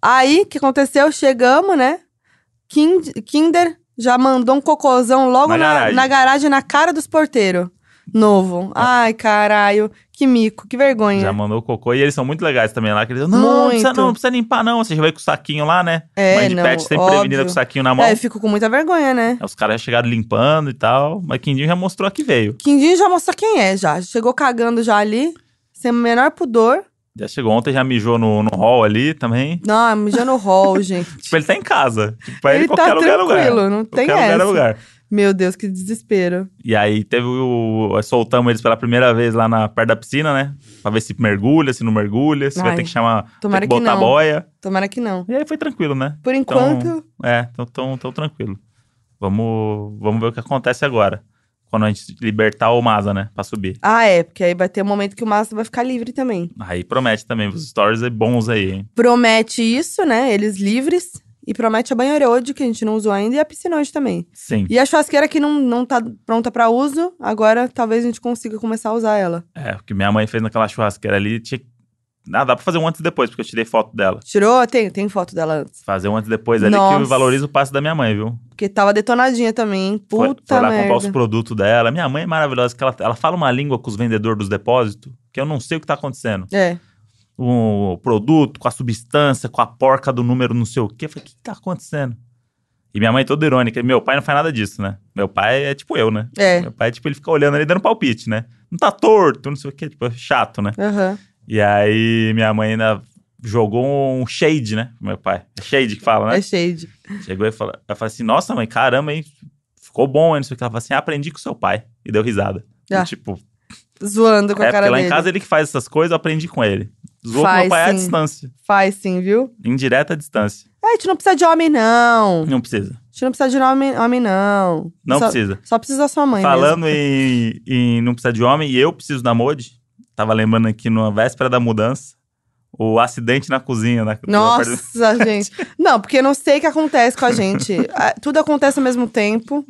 Aí, o que aconteceu? Chegamos, né? Kind- Kinder já mandou um cocôzão logo
Na
na, na
garagem.
garagem. na cara dos porteiros. Novo.
Ah.
Ai, caralho. Que mico, que vergonha.
Já mandou o cocô. E eles são muito legais também lá. Que eles não, não
É. Muito.
precisa, não, não precisa limpar não. Você já veio com o saquinho lá, né?
é,
Mãe de
não,
pet sempre
óbvio.
prevenida com o saquinho na mão.
É, eu fico com muita vergonha, né?
Aí Os caras já chegaram limpando e tal. Mas Quindinho já mostrou que veio.
Quindim já mostra quem é, já. Chegou cagando já ali, sem o menor pudor.
Já chegou ontem, já mijou no, no hall ali também.
Não, é mijando no
[laughs]
hall, gente.
Tipo, ele tá em casa. Tipo, pra ele,
Ele
qualquer
tá
lugar é lugar.
tranquilo, não tem
Qualquer lugar
essa.
é lugar.
Meu Deus, que desespero.
E aí teve o. Soltamos eles pela primeira vez lá na perto da piscina, né? Pra ver se mergulha, se não mergulha, se vai
Ai,
ter que chamar.
tomara
ter
que
botar
não.
boia.
Tomara que não.
E aí foi tranquilo, né?
Por enquanto,
É, então tão, tão tranquilo. Vamos, vamos ver o que acontece agora. Quando a gente libertar o Maza, né? Pra subir.
ah, é, porque aí vai ter um momento que o Márcio vai ficar livre também.
Aí promete também, os stories é bons aí, hein?
Promete isso, né? Eles livres. E promete a banheira hoje, que a gente não usou ainda, e a piscina hoje também.
Sim.
E a churrasqueira que não, não tá pronta pra uso, agora talvez a gente consiga começar a usar ela.
É, o que minha mãe fez naquela churrasqueira ali tinha. que- Ah, dá pra fazer um antes e depois, porque eu tirei foto dela.
Tirou? Tem, tem foto dela antes.
Fazer um antes e depois ali que
Nossa.
valoriza o passo da minha mãe, viu?
Porque tava detonadinha também, hein?
Foi-
Puta
foi lá
merda.
comprar os produtos dela. Minha mãe é maravilhosa, que ela, ela fala uma língua com os vendedores dos depósitos, que eu não sei o que tá acontecendo.
É.
O produto, com a substância, com a porca do número não sei o quê. Eu falei, o que que tá acontecendo? E minha mãe é toda irônica. E Meu pai não faz nada disso, né? Meu pai é tipo eu, né?
É.
Meu pai, tipo, ele fica olhando ali, dando palpite, né? Não tá torto, não sei o quê. Tipo, é chato, né?
Aham.
E aí, minha mãe ainda jogou um shade, né? pro Meu pai. É shade que fala, né?
É shade.
Chegou e falou, ela falou assim, nossa mãe, caramba, hein? Ficou bom, hein? Não sei o que. Ela falou assim, aprendi com seu pai. E deu risada.
Ah,
E, tipo,
Zoando com
é
a cara
porque lá
dele.
em casa ele que faz essas coisas, eu aprendi com ele. Zoou com
Faz,
meu pai à
sim.
distância.
Faz sim, viu?
Indireta à distância.
Ah, a gente não precisa de homem, não.
Não precisa.
A gente não precisa de homem, homem não.
Não
só,
precisa.
Só precisa da sua mãe mesmo.
Falando em, em não precisa de homem, e eu preciso da Modi. Tava lembrando aqui na véspera da mudança. O acidente na cozinha. né? Na, na parte- [laughs]
Nossa, gente. Não, porque eu não sei o que acontece com a gente. Ah, Tudo acontece ao mesmo tempo.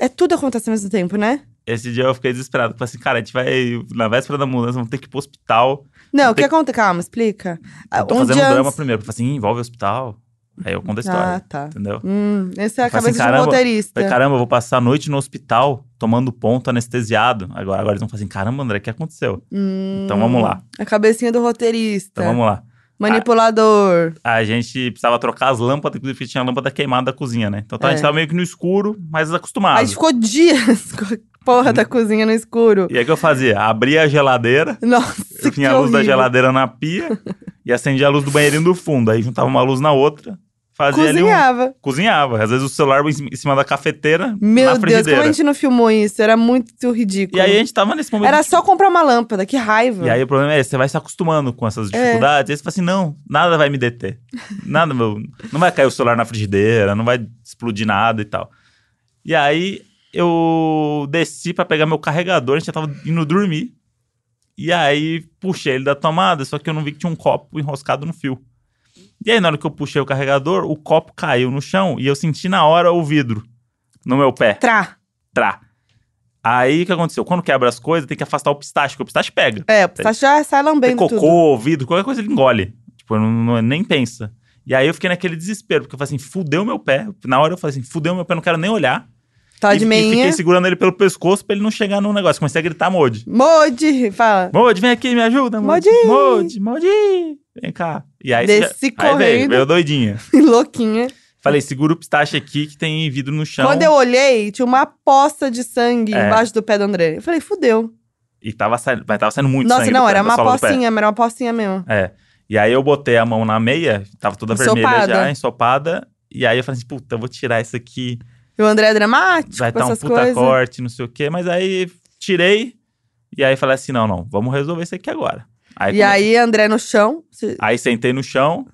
É tudo acontece ao mesmo tempo, né?
Esse dia eu fiquei desesperado. Falei assim, cara, a gente vai. Na véspera da mudança, vamos ter que ir pro hospital.
Não, o que
Tem-
acontece? Calma, explica. Ah,
Eu tô fazendo um drama primeiro. Eu Falei assim, "Ih, envolve o hospital. Aí eu conto a
Ah,
história.
tá.
Entendeu?
Hum, essa é a
Eu falei
cabeça
assim,
de um
caramba,
roteirista.
Falei, caramba, eu vou passar a noite no hospital tomando ponto anestesiado. Agora, agora eles vão falar assim, caramba, André, o que aconteceu?
Hum,
Então vamos lá.
A cabecinha do roteirista.
Então vamos lá.
Manipulador.
A gente precisava trocar as lâmpadas, inclusive tinha a lâmpada queimada da cozinha, né? Então tá, a
É.
gente tava meio que no escuro, mas acostumado.
Aí a gente ficou dias [laughs] com a porra da cozinha no escuro.
E aí o que eu fazia? Abria a geladeira,
Nossa,
eu
que
tinha a luz da
horrível.
geladeira na
[laughs]
pia e acendia a luz do banheirinho do fundo. Aí juntava uma luz na outra, fazia ali um...
Cozinhava.
Cozinhava. Às vezes o celular em cima- em cima da cafeteira,
Meu
na
Deus, como
frigideira.
a gente não filmou isso? Era muito ridículo.
E aí a gente tava nesse momento...
Era
tipo,
só comprar uma lâmpada, que raiva.
E aí o problema é, esse, você vai se acostumando com essas dificuldades. Aí você fala assim, não, nada vai me deter. Nada, meu, não vai cair o celular na frigideira, não vai explodir nada e tal. E aí eu desci pra pegar meu carregador, a gente já tava indo dormir. E aí puxei ele da tomada, só que eu não vi que tinha um copo enroscado no fio. E aí na hora que eu puxei o carregador, o copo caiu no chão e eu senti na hora o vidro no meu pé.
Trá.
Trá. Aí o que aconteceu? Quando quebra as coisas, tem que afastar o pistache, porque o pistache pega.
É, o já sai
Tem
lambendo
cocô,
tudo.
vidro, qualquer coisa ele engole. Tipo, não, não- nem pensa. E aí eu fiquei naquele desespero, porque eu falei assim, fudeu meu pé. Na hora eu falei assim, fudeu meu pé, não quero nem olhar.
Tá
e,
de
e
meinha.
fiquei segurando ele pelo pescoço pra ele não chegar no negócio. Comecei a gritar, Modi.
Modi, fala.
Modi, vem aqui, me ajuda, Modi. Modi, Modi, vem cá. E aí você
Desci
já... Aí veio,
correndo. [laughs]
veio doidinha.
Louquinha.
Falei, segura o pistache aqui que tem vidro no chão.
Quando eu olhei, tinha uma poça de sangue
É.
embaixo do pé do André. Eu falei, fudeu.
E tava saindo, mas tava saindo muito
Nossa,
sangue
não,
do pé,
era
da
uma
sola do pé.
pocinha, era uma pocinha mesmo.
É. E aí eu botei a mão na meia, tava toda vermelha
Ensopada.
já, ensopada. E aí eu falei assim, puta, eu vou tirar isso aqui.
E o André é dramático
Vai
pra
estar um
essas
puta
coisas.
corte, não sei o quê. Mas aí tirei. E aí falei assim, não, não, vamos resolver isso aqui agora. Aí,
E
come-
aí, André no chão. se-
aí sentei no chão.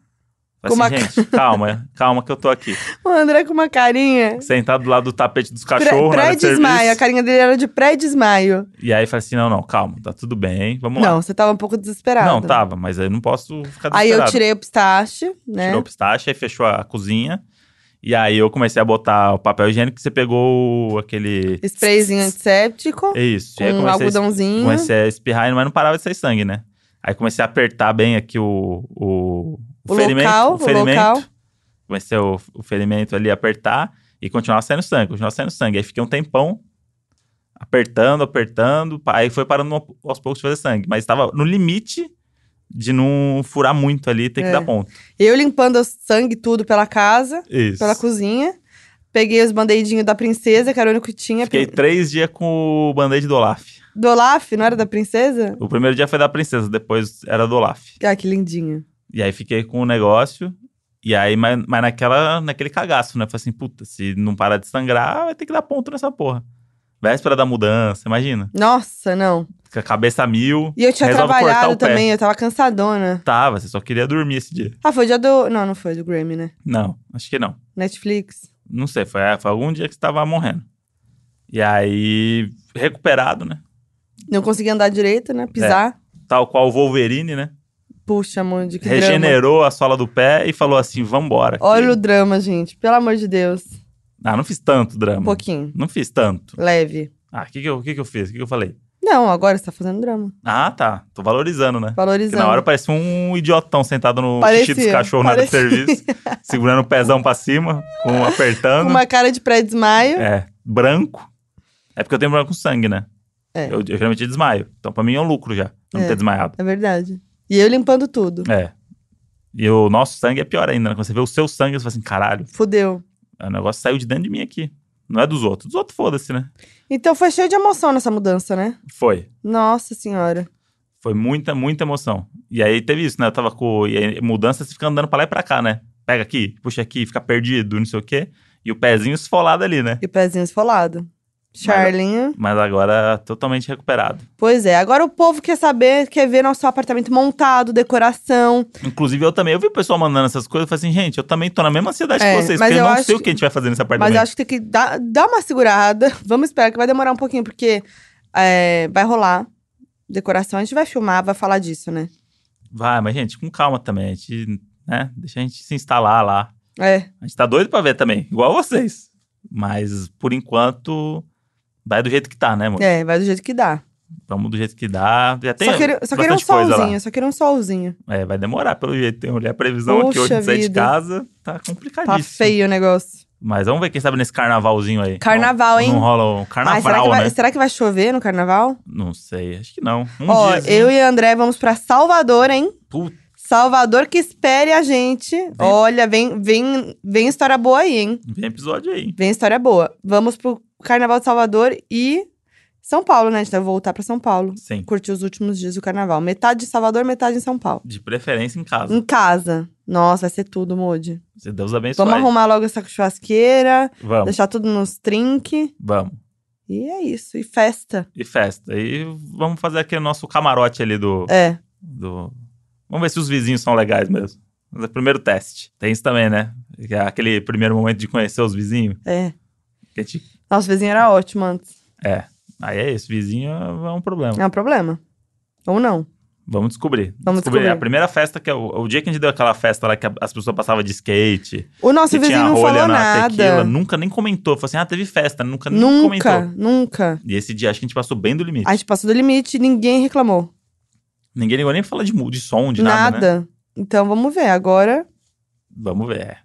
Falei
Com
assim,
[laughs]
gente, calma, calma que eu tô aqui.
O André com uma carinha.
Sentado do lado do tapete dos
Pré-
cachorros, na área de
Pré-desmaio. A
serviço.
carinha dele era de pré-desmaio.
E aí falei assim, não, não, calma, tá tudo bem, vamos lá.
Não, você tava um pouco desesperado.
Não, tava, mas aí eu não posso ficar
Aí eu
desesperado.
tirei o pistache, né?
Tirou o pistache, aí fechou a cozinha. E aí eu comecei a botar o papel higiênico que você pegou o- aquele.
Sprayzinho antisséptico.
É isso. e aí
com um
comecei, a, es-
algodãozinho.
comecei a espirrar, mas não parava de sair sangue, né? Aí comecei a apertar bem aqui o. O,
O local, o local.
Comecei o, o ferimento ali a apertar e continuava saindo sangue, continuava saindo sangue. Aí fiquei um tempão apertando, apertando. pa- Aí foi parando ao- aos poucos de fazer sangue. Mas estava no limite de não furar muito ali e ter
É.
que dar ponto.
Eu limpando o sangue tudo pela casa,
Isso.
pela cozinha. Peguei os bandeidinhos da princesa, que era o único que tinha.
Fiquei três dias com o band-aid do Olaf.
Do Olaf, não era da princesa?
O primeiro dia foi da princesa, depois era do Olaf.
Ah, que lindinho.
E aí fiquei com o negócio. E aí, mas, mas naquela, naquele cagaço, né? Falei assim, puta, se não parar de sangrar, vai ter que dar ponto nessa porra. Véspera da mudança, imagina.
Nossa, não.
Com a cabeça a mil.
E eu tinha
Resolve cortar
trabalhado
o pé.
também, eu tava cansadona.
Tava, você só queria dormir esse dia.
Ah, foi o dia do. Não, não foi do Grammy, né?
Não, acho que não.
Netflix.
Não sei, foi, foi algum dia que você tava morrendo. E aí, recuperado, né?
Não consegui andar direito, né? Pisar.
Tal qual o Wolverine, né?
Puxa, amor, de que drama.
Regenerou a sola do pé e falou assim, vambora. que-
Olha o drama, gente. Pelo amor de Deus.
Ah, não fiz tanto
Um
drama.
pouquinho.
Não fiz tanto.
Leve.
Ah, o que, que, eu- que, que eu fiz? O que, que eu falei?
Não, agora você tá fazendo drama.
Ah, tá. Tô valorizando, né? Porque
Valorizando.
na hora parecia um idiotão sentado no
Parecia,
xixi dos cachorros na área de
parecia.
serviço, segurando o pezão pra cima, com,
Com
apertando.
uma cara de pré-desmaio.
É, branco. É porque eu tenho branco com sangue, né?
É.
Eu, eu geralmente desmaio. Então pra mim é um lucro já, não
É.
ter desmaiado.
É verdade. E eu limpando tudo.
É. E o nosso sangue é pior ainda, né? Quando você vê o seu sangue, você fala assim, caralho,
Fudeu.
o negócio saiu de dentro de mim aqui. Não é dos outros. Dos outros, foda-se, né?
Então foi cheio de emoção nessa mudança, né?
Foi.
Nossa senhora.
Foi muita, muita emoção. E aí teve isso, né? Eu tava com. E aí, mudança, você fica andando pra lá e pra cá, né? Pega aqui, puxa aqui, fica perdido, não sei o quê. E o pezinho esfolado ali, né?
E o pezinho esfolado. Charlinho.
Mas agora totalmente recuperado.
Pois é, agora o povo quer saber, quer ver nosso apartamento montado, decoração.
Inclusive, eu também. Eu vi o pessoal mandando essas coisas. Eu falei assim, gente, eu também tô na mesma ansiedade
É,
que vocês,
mas
porque eu,
eu
não
acho
sei o
que-
que a gente vai fazer nesse
Mas
apartamento.
eu acho que tem que dar, dar uma segurada. [laughs] Vamos esperar que vai demorar um pouquinho, porque é, vai rolar decoração. A gente vai filmar, vai falar disso, né?
vai, mas gente, com calma também. A gente, né? Deixa a gente se instalar lá.
É.
A gente tá doido pra ver também, igual vocês. Mas por enquanto, vai do jeito que tá, né, amor?
É, vai do jeito que dá.
Vamos do jeito que dá. Já tem
só queria, só queria um
bastante coisa lá.
solzinho, só queria um solzinho.
É, vai demorar, pelo jeito. Tem que olhar a previsão aqui
Poxa
hoje de sair de
vida.
casa. Tá
Tá
complicadíssimo.
feio o negócio.
Mas vamos ver, quem sabe, nesse carnavalzinho aí.
Carnaval,
Não-
hein?
Não rola um carnaval,
Ai, será, que vai,
né?
será que vai chover no carnaval?
Não sei, acho que não. Um
Ó,
dia, assim.
eu e André vamos pra Salvador, hein?
Puta.
Salvador que espere a gente. Olha, vem, vem, vem história boa aí, hein?
Vem episódio aí.
Vem história boa. Vamos pro Carnaval de Salvador e São Paulo, né? A gente vai voltar pra São Paulo.
Sim.
Curtir os últimos dias do carnaval. Metade de Salvador, metade em São Paulo.
De preferência em casa.
Em casa. Nossa, vai ser tudo, Modi.
Se Deus abençoe.
Vamos arrumar logo essa
É
churrasqueira,
Vamos,
deixar tudo nos trinque.
vamos.
E é isso. E festa.
E festa. E vamos fazer aqui o nosso camarote ali do,
É.
do- Vamos ver se os vizinhos são legais mesmo. Mas é o primeiro teste. Tem isso também, né? Que é aquele primeiro momento de conhecer os vizinhos.
É.
Que a gente-
Nosso vizinho era ótimo antes.
Aí é isso, vizinho é um problema.
É um problema. Ou não.
Vamos descobrir.
Vamos descobrir.
A primeira festa que é o, o dia que a gente deu aquela festa lá que a- as pessoas passavam de skate,
O
que
nosso
tinha
vizinho não
rolha
falou
na
nada.
tequila, nunca nem comentou. Falou assim: ah, teve festa, nunca, nem
Nunca,
comentou.
nunca.
E esse dia acho que a gente passou bem do limite.
A gente passou do limite e ninguém reclamou.
Ninguém ligou nem pra falar de, mu- de som, de nada.
nada.
né?
Então vamos ver. Agora
Vamos ver. é.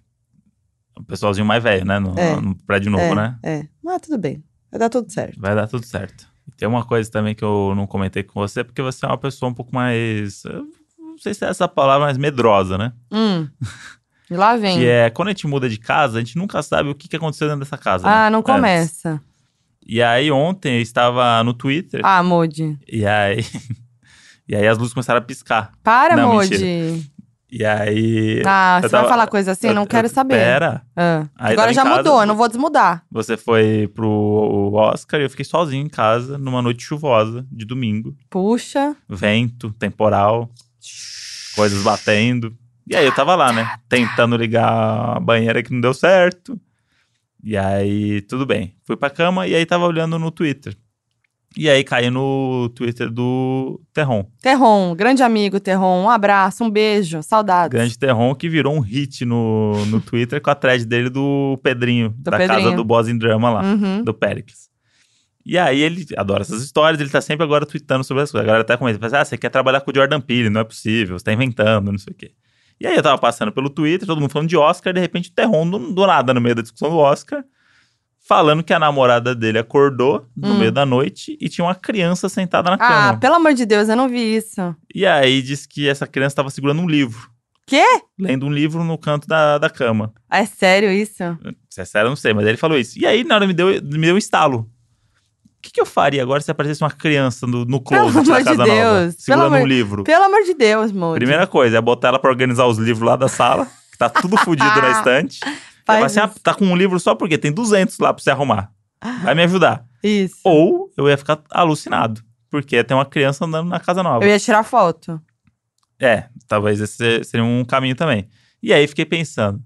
O pessoalzinho mais velho, né? No,
É.
no prédio novo,
é,
né?
É. Mas tudo bem. Vai dar tudo certo.
Vai dar tudo certo. E tem uma coisa também que eu não comentei com você, porque você é uma pessoa um pouco mais. eu Não sei se é essa palavra, mas medrosa, né?
Hum. E lá vem.
Que é quando a gente muda de casa, a gente nunca sabe o que que aconteceu dentro dessa casa.
Ah,
né?
não
Antes.
começa.
E aí ontem eu estava no Twitter
Ah, Modi.
e aí. [laughs] e aí as luzes começaram a piscar.
Para,
Não,
Modi.
E aí.
Ah,
eu
você
tava-
vai falar coisa assim?
eu-
não
eu-
quero saber.
Pera.
Ah.
Aí tava
Agora
em
já
casa.
mudou, eu não vou desmudar.
Você foi pro Oscar e eu fiquei sozinho em casa numa noite chuvosa de domingo.
Puxa.
Vento, temporal, coisas batendo. E aí eu tava lá, né? Tentando ligar a banheira que não deu certo. E aí, tudo bem. Fui pra cama e aí tava olhando no Twitter. E aí caí no Twitter do Terron.
Terron, grande amigo, Terron. Um abraço, um beijo, saudades.
Grande Terron que virou um hit no,
[laughs]
no Twitter com a thread dele do Pedrinho, da casa
Pedrinho.
do Boss in Drama lá.
Uhum.
do Pericles. E aí ele adora essas histórias, ele tá sempre agora tweetando sobre as coisas. A galera até comenta, fala assim, ah, você quer trabalhar com o Jordan Peele, não é possível, você tá inventando, não sei o quê. E aí eu tava passando pelo Twitter, todo mundo falando de Oscar, de repente o Terron do, do nada no meio da discussão do Oscar, falando que a namorada dele acordou no
Hum.
meio da noite e tinha uma criança sentada na
Ah,
cama.
pelo amor de Deus, eu não vi isso.
E aí disse que essa criança tava segurando um livro.
Quê?
Lendo um livro no canto da, da cama.
É sério isso?
Se é sério, eu não sei, mas ele falou isso. E aí, na hora, me deu, me deu um estalo. O que, que eu faria agora se aparecesse uma criança no, no closet
amor
da
de
casa nova,
Deus,
segurando
pelo
um
amor-
livro?
Pelo amor de Deus, Modi.
Primeira coisa é botar ela pra organizar os livros lá da sala, que tá tudo fodido
[laughs]
na estante. E
Faz
ela assim, ah, tá com um livro só porque tem 200 lá pra você arrumar. Vai me ajudar.
Isso.
Ou eu ia ficar alucinado, porque tem uma criança andando na casa nova.
Eu ia tirar foto.
É, talvez esse seria um caminho também. E aí fiquei pensando,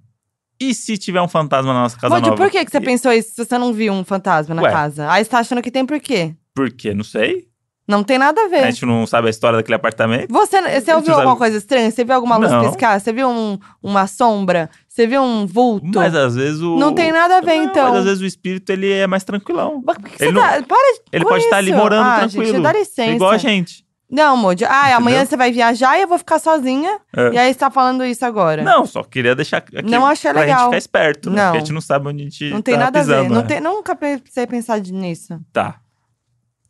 e se tiver um fantasma na nossa casa
Modi,
nova?
por que, que você
E-
pensou isso se você não viu um fantasma na
Ué.
casa? Aí você tá achando que tem por quê?
Por quê? Não sei.
Não tem nada a ver.
A gente não sabe a história daquele apartamento.
Você, você ouviu
sabe-
alguma coisa estranha? Você viu alguma luz
Não.
piscar? Você viu um- uma sombra? Você viu um vulto?
Mas às vezes o.
Não tem nada a ver,
Não,
então.
Mas às vezes o espírito ele é mais tranquilão.
Mas por que que você
Ele não-
tá... Para de
Ele
com
pode estar ali
isso.
morando
ah,
tranquilo. É
Gente, dá licença.
Igual a gente.
Não, Modi. Ah, amanhã
Entendeu?
você vai viajar e eu vou ficar sozinha.
É.
E aí você tá falando isso agora.
Não, só queria deixar aqui
Não achei
pra gente
legal.
ficar esperto, né?
Não.
Porque a gente não sabe onde a gente
Não tem
tá
nada a
pisando.
ver. Não
né?
tem, nunca pensei pensar nisso.
Tá.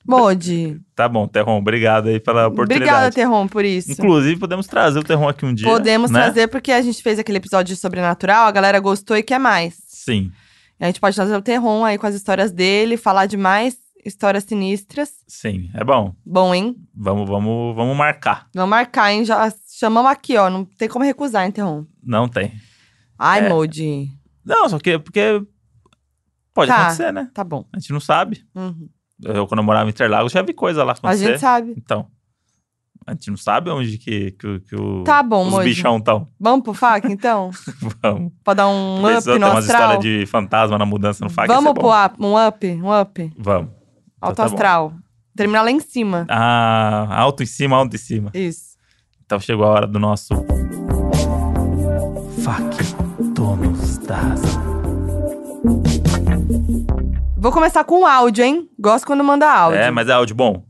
Modi,
Tá bom, Terron. Obrigado aí pela
obrigada,
oportunidade.
Terron, por isso.
Inclusive, podemos trazer o Terron aqui um dia.
Podemos
né?
trazer, porque a gente fez aquele episódio de sobrenatural, a galera gostou e quer mais.
Sim,
A gente pode trazer o Terron aí com as histórias dele, falar de mais histórias sinistras.
sim. É bom.
Bom, hein?
Vamos, vamos, vamos marcar.
Vamos marcar, hein? Já chamamos aqui, ó. Não tem como recusar, hein, Terron?
Não tem.
Ai,
É.
Modi.
Não, só que porque. Pode
Tá.
acontecer, né?
Tá bom.
A gente não sabe.
Uhum.
Eu, quando eu morava em Interlagos, já vi coisa lá
A
acontecer.
gente sabe.
Então. A gente não sabe onde que, que, o- que o-
Tá bom,
os
Modi.
bichão estão.
Vamos pro FAC, então?
[laughs] Vamos.
pra dar um
Ver se tem
up no
umas
astral?
histórias de fantasma na mudança no FAC. ia
Vamos
ser bom.
pro up, um up, um up.
Vamos.
Alto
tá bom.
astral. Terminar lá em cima.
Ah, alto em cima, alto em cima.
Isso.
Então chegou a hora do nosso. Fuck, donos da razão.
Vou começar com áudio, hein? Gosto quando manda áudio.
É, mas é áudio bom.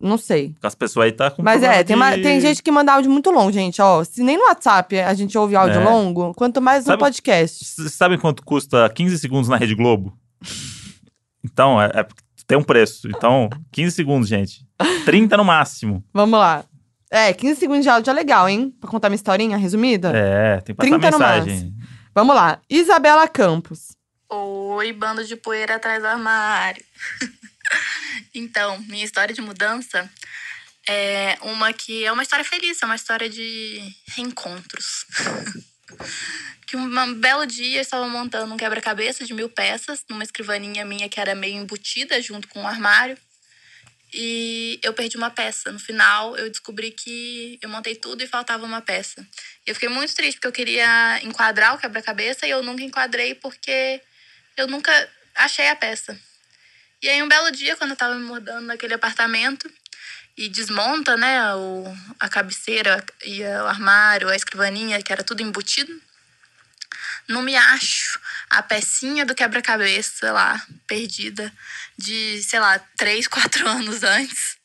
Não sei.
Porque as pessoas aí tá com.
Mas
problema
é, tem, uma-
de-
tem gente que manda áudio muito longo, gente. Ó, se nem no WhatsApp a gente ouve áudio
É.
longo, quanto mais no
Sabe- um
podcast.
S- Sabe quanto custa 15 segundos na Rede Globo? Então, é, é- tem um preço. Então, 15 segundos, gente. 30 no máximo.
Vamos lá. É, 15 segundos de áudio é legal, hein? Pra contar minha historinha resumida.
É, tem que passar
30 no
mensagem.
Vamos lá. Isabela Campos.
Oi, bando de poeira atrás do armário. [laughs] então, minha história de mudança é uma que é uma história feliz, é uma história de reencontros. [laughs] que um um belo dia eu estava montando um quebra-cabeça de mil peças numa escrivaninha minha que era meio embutida junto com um armário. E eu perdi uma peça. No final, eu descobri que eu montei tudo e faltava uma peça. E eu fiquei muito triste porque eu queria enquadrar o quebra-cabeça e eu nunca enquadrei porque eu nunca achei a peça. E aí, um belo dia, quando eu tava me mudando naquele apartamento e desmonta, né, o, a cabeceira e a- o armário, a escrivaninha, que era tudo embutido, não me acho a pecinha do quebra-cabeça lá, perdida, de, sei lá, três, [laughs] quatro anos antes.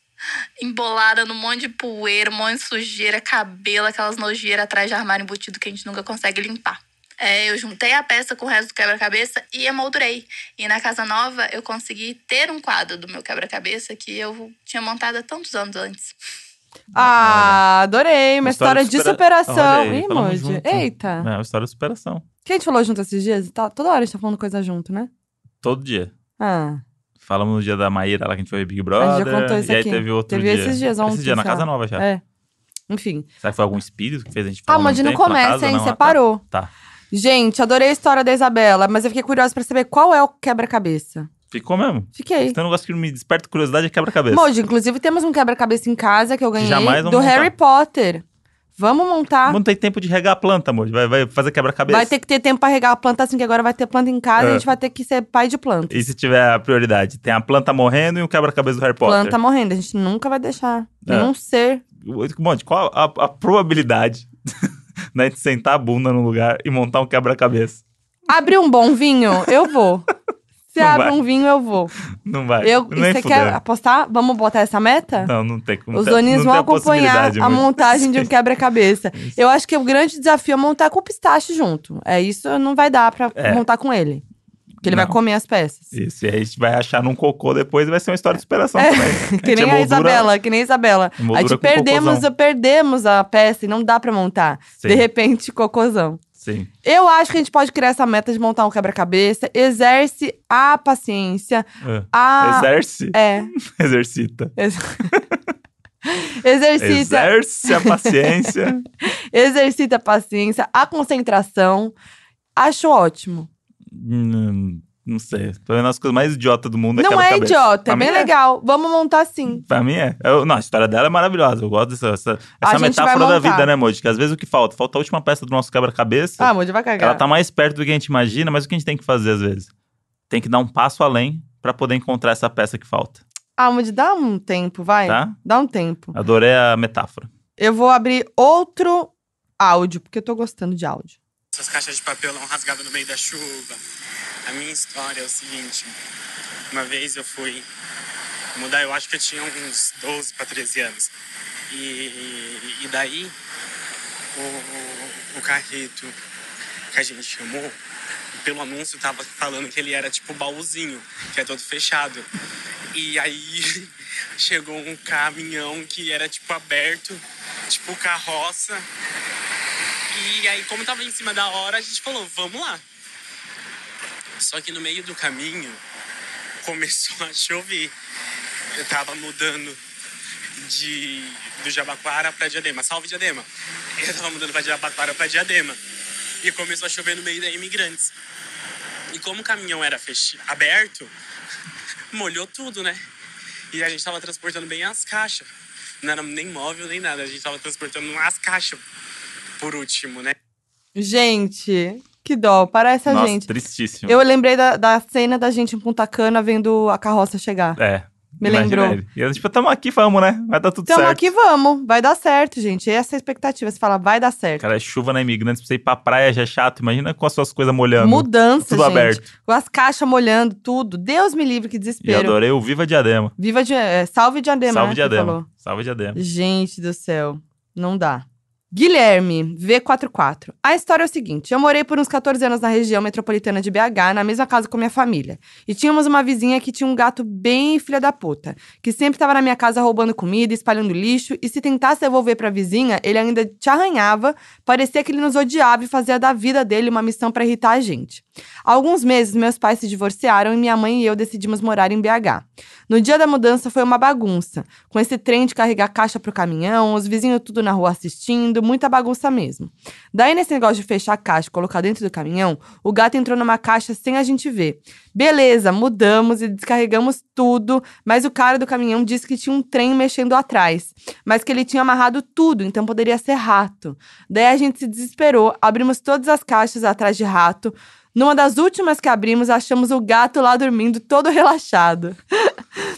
Embolada num monte de poeira, um monte de sujeira, cabelo, aquelas nojeiras atrás de armário embutido que a gente nunca consegue limpar. É, eu juntei a peça com o resto do quebra-cabeça e emoldurei. E na casa nova eu consegui ter um quadro do meu quebra-cabeça que eu tinha montado há tantos anos antes.
Ah, adorei. Uma história,
História
de
de supera-
superação.
Olha aí,
Ih,
falamos
Moji.
junto.
Eita.
É uma história de superação.
O que a gente falou junto esses dias? Tá, toda hora a gente tá falando coisa junto, né?
Todo dia.
Ah.
Falamos no dia da Maíra lá que a gente foi ver Big Brother.
contou isso
e aí
aqui.
teve outro
Teve
dia.
esses dias ontem,
Esse dia na
sei lá.
Casa Nova já.
É. Enfim.
Será que foi algum espírito que fez a gente falar?
Ah,
ao
mas
mesmo
não
tempo na
começa,
casa?
hein?
Não,
Você
ah, tá.
parou.
Tá.
Gente, adorei a história da Isabela, mas eu fiquei curiosa pra saber qual é o quebra-cabeça.
Ah, Ficou mesmo.
Fiquei.
Então, um negócio que me desperta curiosidade é quebra-cabeça.
Moji, inclusive temos um quebra-cabeça em casa que eu ganhei
Jamais
do
vamos montar.
Harry Potter. Vamos montar.
Não tem tempo de regar a planta, amor. Vai, vai fazer quebra-cabeça.
Vai ter que ter tempo pra regar a planta assim, que agora vai ter planta em casa e a
É.
gente vai ter que ser pai de planta.
E se tiver a prioridade? Tem a planta morrendo e o quebra-cabeça do Harry Potter.
Planta morrendo, a gente nunca vai deixar.
É.
Nenhum ser.
Monte, qual a, a probabilidade [laughs] da gente sentar a bunda num lugar e montar um quebra-cabeça?
Abrir um bom vinho,
[laughs]
eu vou. Se
Não
abre
vai.
um vinho, eu vou.
Não vai.
Eu, e
Nem
você quer
fudendo.
apostar? Vamos botar essa meta?
Não, não tem como.
Os
não
doninhos
tem
vão
a
acompanhar
possibilidade,
a
Monte.
montagem de
[laughs]
um quebra-cabeça.
Isso.
Eu acho que o grande desafio é montar com o pistache junto. É isso, não vai dar pra
É.
montar com ele. Porque ele vai
Não.
comer as peças.
Isso, e aí a gente vai achar num cocô depois e vai ser uma história de superação
É,
também.
[laughs] Que nem a Isabela, que nem a Isabela. A gente perdemos, perdemos a peça e não dá pra montar.
Sim,
De repente, cocôzão.
sim.
Eu acho que a gente pode criar essa meta de montar um quebra-cabeça. Exerce a paciência,
Ah.
a.
Exerce. [laughs]
É.
Exercita.
ex- Exercita.
Exerce a paciência. [laughs]
Exercita a paciência, a concentração. Acho ótimo.
Hum, não sei. Tô vendo as coisas mais idiotas do mundo.
Não é
quebra-cabeça.
idiota, é
Pra mim
bem
é.
legal. Vamos montar sim.
Pra mim é. Eu- não, a história dela é maravilhosa. Eu gosto dessa essa,
A
essa
gente
metáfora
vai
da
montar.
vida, né, Moji? Que às vezes o que falta? Falta a última peça do nosso quebra-cabeça.
Ah, amor, vai cagar.
ela tá mais perto do que a gente imagina, mas o que a gente tem que fazer às vezes? Tem que dar um passo além pra poder encontrar essa peça que falta,
Ah, Moody, dá um tempo, vai.
tá?
Dá um tempo.
Adorei a metáfora.
Eu vou abrir outro áudio, porque eu tô gostando de áudio.
Suas caixas de papelão rasgadas no meio da chuva. A minha história é o seguinte: uma vez eu fui mudar, eu acho que eu tinha uns 12 para 13 anos. E, e daí o, o carreto que a gente chamou, pelo anúncio tava falando que ele era tipo baúzinho, que é todo fechado. E aí [laughs] chegou um caminhão que era tipo aberto, tipo carroça. E aí, como tava em cima da hora, a gente falou, vamos lá. Só que no meio do caminho começou a chover. Eu tava mudando de do Jabaquara pra Diadema. Salve Diadema. Eu tava mudando pra Jabaquara pra Diadema. E começou a chover no meio da imigrantes. E como o caminhão era fech... aberto, [laughs] molhou tudo, né? E a gente tava transportando bem as caixas. Não era nem móvel nem nada, a gente tava transportando as caixas por último, né?
Gente, que dó, parece a
Nossa,
Tá, gente.
tristíssimo.
Eu lembrei da, da cena da gente em Punta Cana vendo a carroça chegar.
É,
Me
Imagina
lembrou.
ele. E eu, tipo, tamo aqui, vamos, né? Vai dar tudo
Então
certo.
aqui vamos, vai dar certo, gente. Essa é a expectativa. Você fala, vai dar certo.
Cara, é chuva na imigrante, pra você ir pra praia já é chato. Imagina com as suas coisas molhando.
Mudança,
tudo
gente.
aberto.
Com as caixas molhando, tudo. Deus me livre, que
E eu
desespero.
adorei o Viva Diadema.
Viva de. é, salve Diadema,
Salve
né, que
Diadema.
falou.
Salve Diadema.
Gente do céu, não dá. Guilherme, V44. A história é o seguinte: eu morei por uns 14 anos na região metropolitana de BH, na mesma casa com minha família. E tínhamos uma vizinha que tinha um gato bem filha da puta, que sempre tava na minha casa roubando comida, espalhando lixo, e se tentasse devolver pra vizinha, ele ainda te arranhava, parecia que ele nos odiava e fazia da vida dele uma missão pra irritar a gente. Há alguns meses, meus pais se divorciaram e minha mãe e eu decidimos morar em BH. No dia da mudança foi uma bagunça, com esse trem de carregar caixa pro caminhão, os vizinhos tudo na rua assistindo, muita bagunça mesmo. Daí nesse negócio de fechar a caixa e colocar dentro do caminhão, o gato entrou numa caixa sem a gente ver. Beleza, mudamos e descarregamos tudo, mas o cara do caminhão disse que tinha um trem mexendo atrás, mas que ele tinha amarrado tudo, então poderia ser rato. Daí a gente se desesperou, abrimos todas as caixas atrás de rato. Numa das últimas que abrimos, achamos o gato lá dormindo, todo relaxado. [laughs]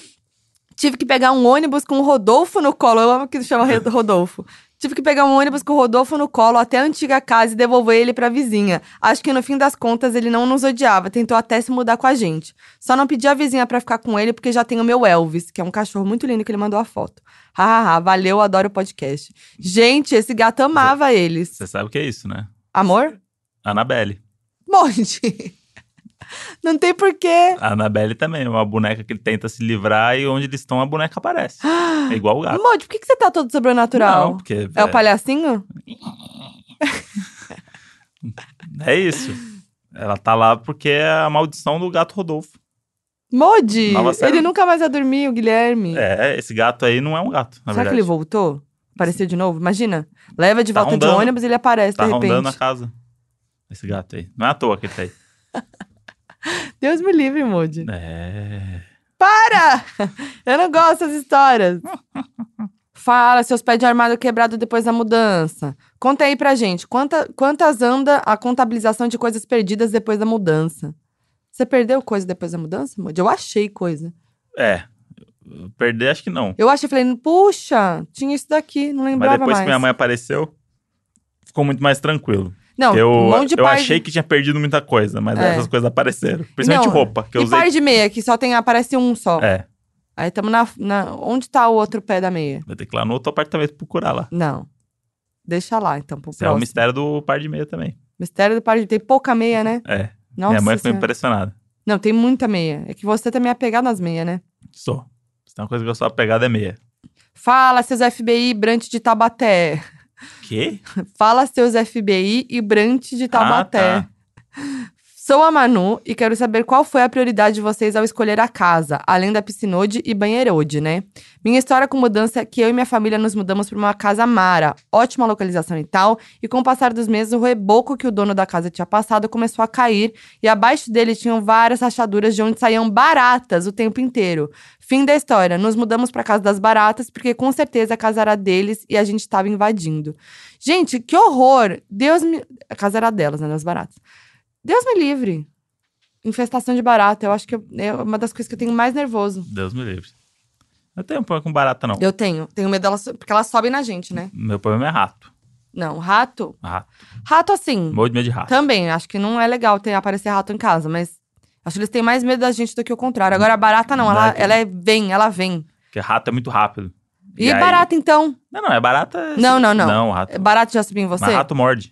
Tive que pegar um ônibus com o Rodolfo no colo. Eu amo que chama Re- Rodolfo. Tive que pegar um ônibus com o Rodolfo no colo até a antiga casa e devolver ele pra vizinha. Acho que no fim das contas ele não nos odiava, tentou até se mudar com a gente. Só não pedi a vizinha pra ficar com ele porque já tem o meu Elvis, que é um cachorro muito lindo que ele mandou a foto. Hahaha, valeu, adoro o podcast. Gente, esse gato amava eles.
Você sabe o que é isso, né?
Amor?
Anabelle.
Monte. Não tem porquê.
A Anabelle também é uma boneca que ele tenta se livrar e onde eles estão a boneca aparece. É igual o gato.
Monte, por que que você tá todo sobrenatural?
Não, porque
Ah, É o palhacinho?
é isso. Ela tá lá porque é a maldição do gato Rodolfo.
Modi!
Nova série.
Ele nunca mais vai dormir, o Guilherme.
É, esse gato aí não é um gato, na
Será
verdade.
que ele voltou? Apareceu de novo? Imagina. Leva de
Tá
volta
rondando.
de ônibus e ele aparece
Tá
de repente.
rondando a casa. Esse gato aí. Não é à toa que ele tá aí.
Deus me livre, Modi.
É.
Para! [laughs] Eu não gosto dessas histórias. Fala, seus pés de armário quebrado depois da mudança. Conta aí pra gente, quanta- quantas anda a contabilização de coisas perdidas depois da mudança? Você perdeu coisa depois da mudança, Modi? Eu achei coisa.
É. Eu Perder, acho que não.
Eu achei, falei, puxa, tinha isso daqui, não
Mas
lembrava
depois
mais.
que minha mãe apareceu, ficou muito mais tranquilo.
Não,
eu
um monte de
eu
par
achei que tinha perdido muita coisa, mas
É.
essas coisas apareceram. Principalmente
Não,
roupa, que eu
e
usei.
par de meia, que só tem, aparece um só.
É,
Aí estamos na, na- Onde tá o outro pé da meia?
vai ter que ir lá no outro apartamento procurar lá.
Não. Deixa lá, então, pro
Isso é o
próximo.
mistério do par de meia também.
Mistério do par de... Tem pouca meia, né?
É.
Nossa
minha mãe ficou
Senhora.
impressionada.
Não, tem muita meia. É que você também é apegado nas meias, né?
Sou. Se tem uma coisa que eu sou apegado é meia.
Fala, seus FBI, Brant de Tabaté.
Quê?
[laughs] Fala, seus FBI e Brant de Tabaté.
Ah, tá.
Sou a Manu e quero saber qual foi a prioridade de vocês ao escolher a casa, além da piscinode e banheirode, né? Minha história com mudança é que eu e minha família nos mudamos para uma casa mara, ótima localização e tal, e com o passar dos meses o reboco que o dono da casa tinha passado começou a cair e abaixo dele tinham várias rachaduras de onde saíam baratas o tempo inteiro. Fim da história, nos mudamos para casa das baratas porque com certeza a casa era deles e a gente estava invadindo. Gente, que horror! Deus me... A casa era delas, né, das baratas. Deus me livre. Infestação de barata, eu acho que eu- é uma das coisas que eu tenho mais nervoso.
Deus me livre. Eu tenho um problema com barata, não.
Eu tenho. Tenho medo delas, porque elas sobem na gente, né?
Meu problema é rato.
Não, rato.
Rato.
Rato, assim,
Morro de medo de rato.
também. Acho que não é legal ter aparecer rato em casa, mas acho que eles têm mais medo da gente do que o contrário. Agora, a barata não, ela,
Verdade.
ela é- vem, ela vem.
Porque rato é muito rápido.
E,
aí-
barata, então?
Não, não, é barata.
Não, não, não.
Não, rato.
Barata já subiu em você?
Mas rato morde.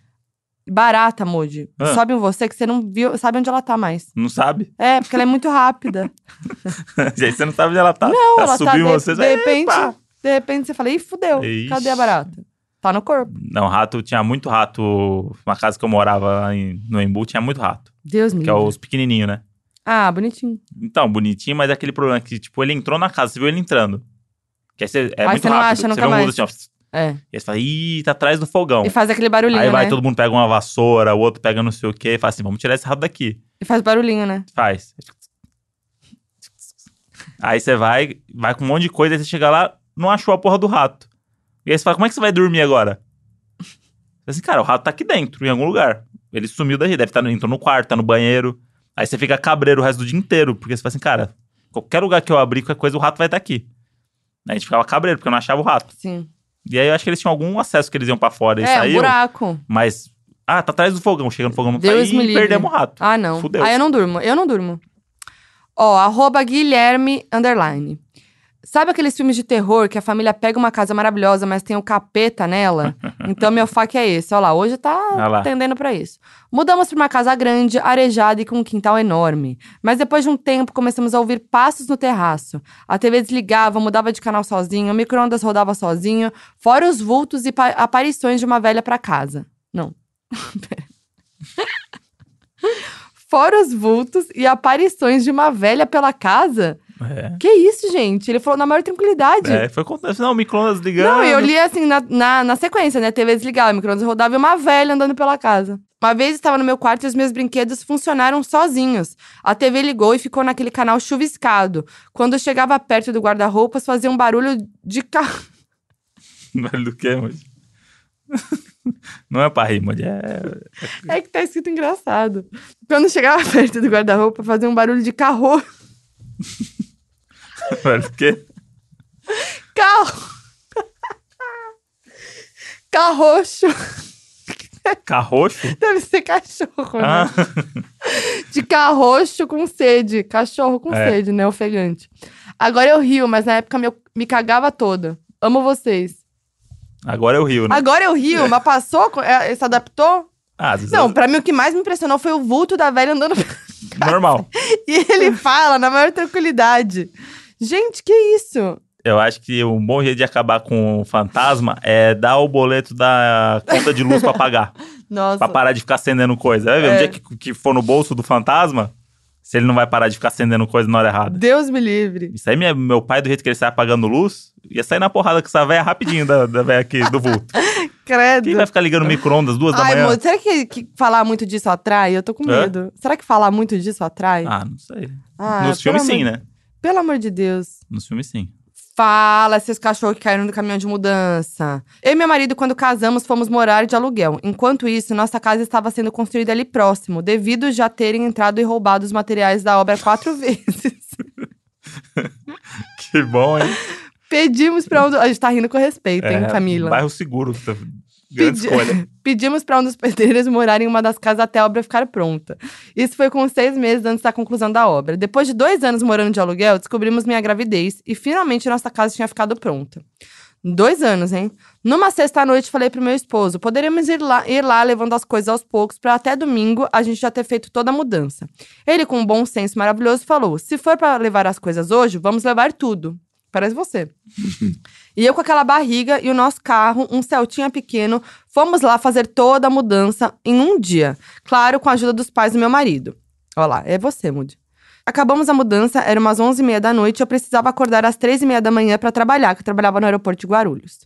Barata, Moody.
Ah.
Sobe em você que você não viu, sabe onde ela tá mais.
Não sabe? [laughs]
É, porque ela é muito rápida.
E aí você não sabe onde ela tá.
Não,
ela,
ela
subiu
tá
em
de,
você,
de
você-
repente,
Epa!
de repente você fala, ih, fudeu,
Ixi.
cadê a barata? Tá no corpo.
Não, rato, tinha muito rato. Uma casa que eu morava lá em, no Embu tinha muito rato.
Deus me
Que é
livre.
os pequenininhos, né?
Ah, bonitinho.
Então, bonitinho, mas é aquele problema que, tipo, ele entrou na casa, você viu ele entrando. Que aí você, é
Aí
muito
você não
rápido.
acha
você
nunca
vê um
mais.
muro assim, ó.
É.
E aí você fala, ih, tá atrás do fogão.
E faz aquele barulhinho,
Aí vai,
né?
todo mundo pega uma vassoura, o outro pega não sei o quê, e fala assim, vamos tirar esse rato daqui.
E faz barulhinho, né?
Faz. Aí você vai, vai com um monte de coisa, aí você chega lá, não achou a porra do rato. E aí você fala, como é que você vai dormir agora? Você fala assim, cara, o rato tá aqui dentro, em algum lugar. Ele tá sumiu daí, deve estar entrou no quarto, tá no banheiro. Aí você fica cabreiro o resto do dia inteiro, porque você fala assim, cara, Qualquer lugar que eu abrir, qualquer coisa, o rato vai estar aqui. Aí a gente ficava cabreiro, porque eu não achava o rato.
Sim.
E aí eu acho que eles tinham algum acesso que eles iam pra fora e
É, um
saiu.
buraco.
Mas, ah, tá atrás do fogão. Chega no fogão, não
Deus
sai
me
e
livre.
perdemos o rato.
Ah, não.
Fudeu.
Ah, eu não durmo. Eu não durmo. Ó, arroba Guilherme Underline. Sabe aqueles filmes de terror que a família pega uma casa maravilhosa, mas tem o capeta nela? Então meu fac é esse. Ó lá, hoje
Ah
tá
lá.
tendendo pra isso. Mudamos pra uma casa grande, arejada e com um quintal enorme. Mas depois de um tempo, começamos a ouvir passos no terraço. A TV desligava, mudava de canal sozinho, o micro-ondas rodava sozinho, fora os vultos e pa- aparições de uma velha pra casa. Não. [laughs] Pera. fora os vultos e aparições de uma velha pela casa?
É.
Que isso, gente? Ele falou na maior tranquilidade.
É, foi acontecendo. Não, o micro-ondas ligando.
Não, eu li assim na, na, na sequência, né? TV desligava, micro-ondas rodava e uma velha andando pela casa. Uma vez estava no meu quarto e os meus brinquedos funcionaram sozinhos. A TV ligou e ficou naquele canal chuviscado. Quando eu chegava perto do guarda-roupas, fazia um barulho de carro. [laughs]
Velho do quê, Moody? [laughs] Não é pra rir, Moody. É...
É que tá escrito engraçado. Quando eu chegava [laughs] perto do guarda-roupa, fazia um barulho de carro.
Velho é do quê?
Carro! [laughs] Carroxo. [laughs]
Carroxo?
Deve ser cachorro, né?
Ah, [laughs]
De carroxo com sede. Cachorro com
É.
sede, né? Ofegante. Agora eu rio, mas na época meu- me cagava toda. Amo vocês.
agora eu rio, né?
Agora eu rio, mas passou? Co- é, Se adaptou?
Ah, às vezes
Não, pra mim o que mais me impressionou foi o vulto da velha andando.
é normal.
[laughs] e ele fala na maior tranquilidade. Gente, que isso?
Eu acho que um bom jeito de acabar com o fantasma é dar o boleto da conta de luz pra
[laughs]
pagar.
Nossa.
pra parar de ficar acendendo coisa. Vai ver,
É.
um dia que, que for no bolso do fantasma, se ele não vai parar de ficar acendendo coisa na hora errada.
Deus me livre.
Isso aí, minha- meu pai, do jeito que ele sai apagando luz, ia sair na porrada com essa véia rapidinho da, da véia aqui, do vulto.
Credo.
Quem vai ficar ligando micro-ondas duas da
Ai,
manhã?
amor, será que, que falar muito disso atrai? Eu tô com
Hã?
medo. Será que falar muito disso atrai?
Ah, não sei.
Ah,
Nos filmes
pelo
sim,
amor-
né?
Pelo amor de Deus.
Nos filmes sim.
Fala, esses cachorros que caíram do caminhão de mudança. Eu e meu marido, quando casamos, fomos morar de aluguel. Enquanto isso, nossa casa estava sendo construída ali próximo, devido já terem entrado e roubado os materiais da obra quatro [laughs] vezes.
Que bom,
[laughs]
hein?
Pedimos para um. do- A gente tá rindo com respeito, hein,
É,
Camila?
Bairro seguro. tá- Grande
Pedi- [laughs]
escolha.
Pedimos para um dos pedreiros morar em uma das casas até a obra ficar pronta. Isso foi com seis meses antes da conclusão da obra. Depois de dois anos morando de aluguel, descobrimos minha gravidez e finalmente nossa casa tinha ficado pronta. Dois anos, hein? Numa sexta-noite, falei pro meu esposo: poderíamos ir lá, ir lá levando as coisas aos poucos para até domingo a gente já ter feito toda a mudança. Ele, com um bom senso maravilhoso, falou: se for para levar as coisas hoje, vamos levar tudo. Parece você. E eu com aquela barriga e o nosso carro, um Celtinha pequeno, fomos lá fazer toda a mudança em um dia. Claro, com a ajuda dos pais do meu marido. Olha lá, é você, Moody. Acabamos a mudança, era umas 11h30 da noite e eu precisava acordar às 3h30 da manhã para trabalhar, que eu trabalhava no aeroporto de Guarulhos.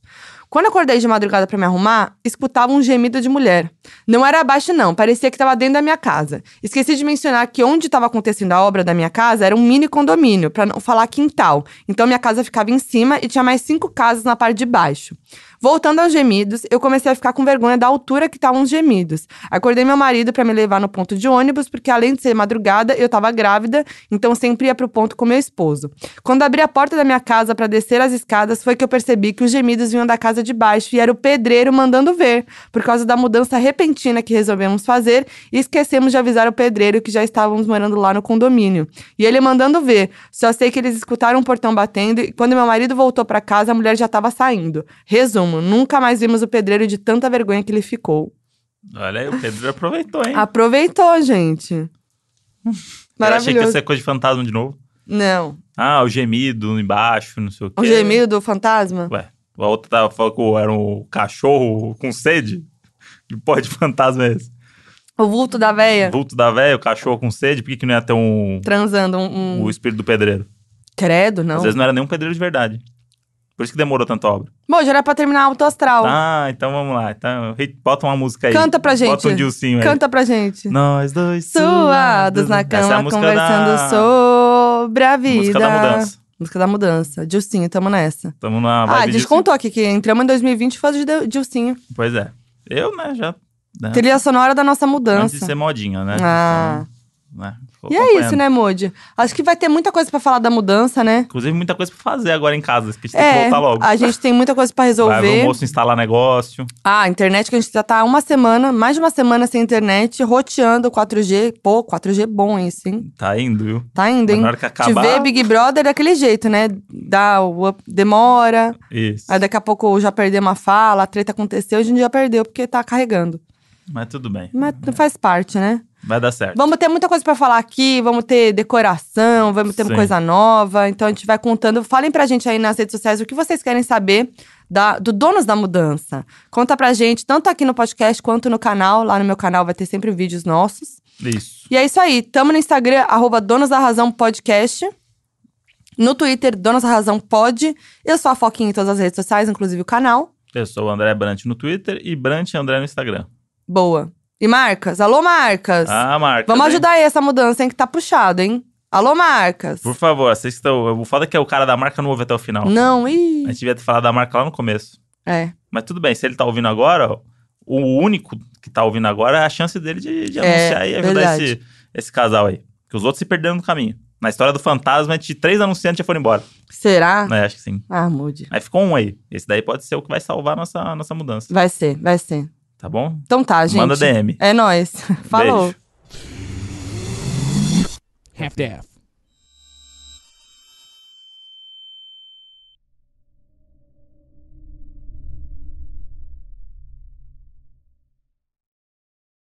Quando acordei de madrugada para me arrumar, escutava um gemido de mulher. Não era abaixo, não, parecia que estava dentro da minha casa. Esqueci de mencionar que onde estava acontecendo a obra da minha casa era um mini condomínio, para não falar quintal. Então minha casa ficava em cima e tinha mais cinco casas na parte de baixo. Voltando aos gemidos, eu comecei a ficar com vergonha da altura que estavam os gemidos. Acordei meu marido para me levar no ponto de ônibus, porque além de ser madrugada, eu estava grávida, então sempre ia pro ponto com meu esposo. Quando abri a porta da minha casa para descer as escadas, foi que eu percebi que os gemidos vinham da casa de baixo e era o pedreiro mandando ver, por causa da mudança repentina que resolvemos fazer e esquecemos de avisar o pedreiro que já estávamos morando lá no condomínio. E ele mandando ver. Só sei que eles escutaram o portão batendo e quando meu marido voltou para casa, a mulher já estava saindo. Resumo, nunca mais vimos o pedreiro de tanta vergonha que ele ficou.
Olha aí, o Pedro aproveitou, hein?
Ah, Aproveitou, gente.
[laughs] Eu achei que ia
Maravilhoso.
ser coisa de fantasma de novo.
Não.
Ah, o gemido embaixo, não sei o quê.
O gemido do fantasma?
Ué, a outra tava falando que era um cachorro com sede? Que porra de fantasma é esse?
O vulto da véia?
Vulto da velha, o cachorro com sede, por que, que não ia ter um.
Transando um. um-
O espírito do pedreiro?
Credo, não.
Às vezes não era nenhum pedreiro de verdade. Por isso que demorou tanta obra.
Bom, já era pra terminar a autoastral.
Ah, então vamos lá. Então, hit- bota uma música aí.
Canta pra gente.
Bota um Dilcinho aí.
Canta pra gente.
Nós dois
Suados na
Essa é a
cama,
música
conversando
da...
sobre a vida.
Música da mudança.
Música da mudança. Dilcinho, tamo nessa.
Tamo na
Ah,
vibe
a gente
Dilcinho.
contou aqui que entramos em 2020 faz de Dil- Dilcinho.
Pois é. Eu, né, já... né,
Trilha sonora da nossa
Antes de
mudança.
ser modinha, né?
Ah.
Então, né, Tô
E é
acompanhando.
isso, né, Moody? Acho que vai ter muita coisa pra falar da mudança, né?
Inclusive, muita coisa pra fazer agora em casa, que a gente tem que
É,
voltar logo.
a gente tem muita coisa pra
Vai ver o
resolver.
moço instalar negócio.
Ah, a internet que a gente já tá há uma semana, mais de uma semana sem internet, roteando 4G. Pô, 4G bom esse, hein?
Tá indo, viu?
Tá indo,
Mas
hein?
na hora que
Te
acabar.
vê Big Brother daquele jeito, né? Dá o up- demora,
Isso.
aí daqui a pouco já perdeu uma fala, a treta aconteceu, a gente já perdeu porque tá carregando.
Mas tudo bem.
Mas faz parte, né?
Vai dar certo.
Vamos ter muita coisa pra falar aqui, vamos ter decoração, vamos ter
Sim.
coisa nova. Então a gente vai contando. Falem pra gente aí nas redes sociais o que vocês querem saber da- do Donos da Mudança. Conta pra gente, tanto aqui no podcast quanto no canal. Lá no meu canal vai ter sempre vídeos nossos.
Isso.
E é isso aí. Tamo no Instagram, arroba Donos da Razão Podcast. No Twitter, Donos da Razão Pod. Eu sou a Foquinha em todas as redes sociais, inclusive o canal.
Eu sou o André Brant no Twitter e Brant André no Instagram.
Boa. E marcas? Alô, marcas!
Ah, Marcos.
Vamos
hein?
ajudar aí essa mudança, hein? Que tá puxado, hein? Alô, marcas!
Por favor, assistam. O foda é que o cara da marca não ouve até o final.
Não,
A
ih.
gente devia ter falado da marca lá no começo.
É.
Mas tudo bem, se ele tá ouvindo agora, ó, o único que tá ouvindo agora é a chance dele de, de
É,
anunciar e ajudar
verdade.
esse, esse casal aí. Porque os outros se perderam no caminho. Na história do fantasma, de três anunciantes já foram embora.
Será?
É, acho que sim.
Ah, mude.
Aí ficou um aí. Esse daí pode ser o que vai salvar a nossa, a nossa mudança.
Vai ser, vai ser.
Tá bom?
Então tá, gente. [laughs]
Manda DM.
É nóis. Falou.
Beijo.
half-daff.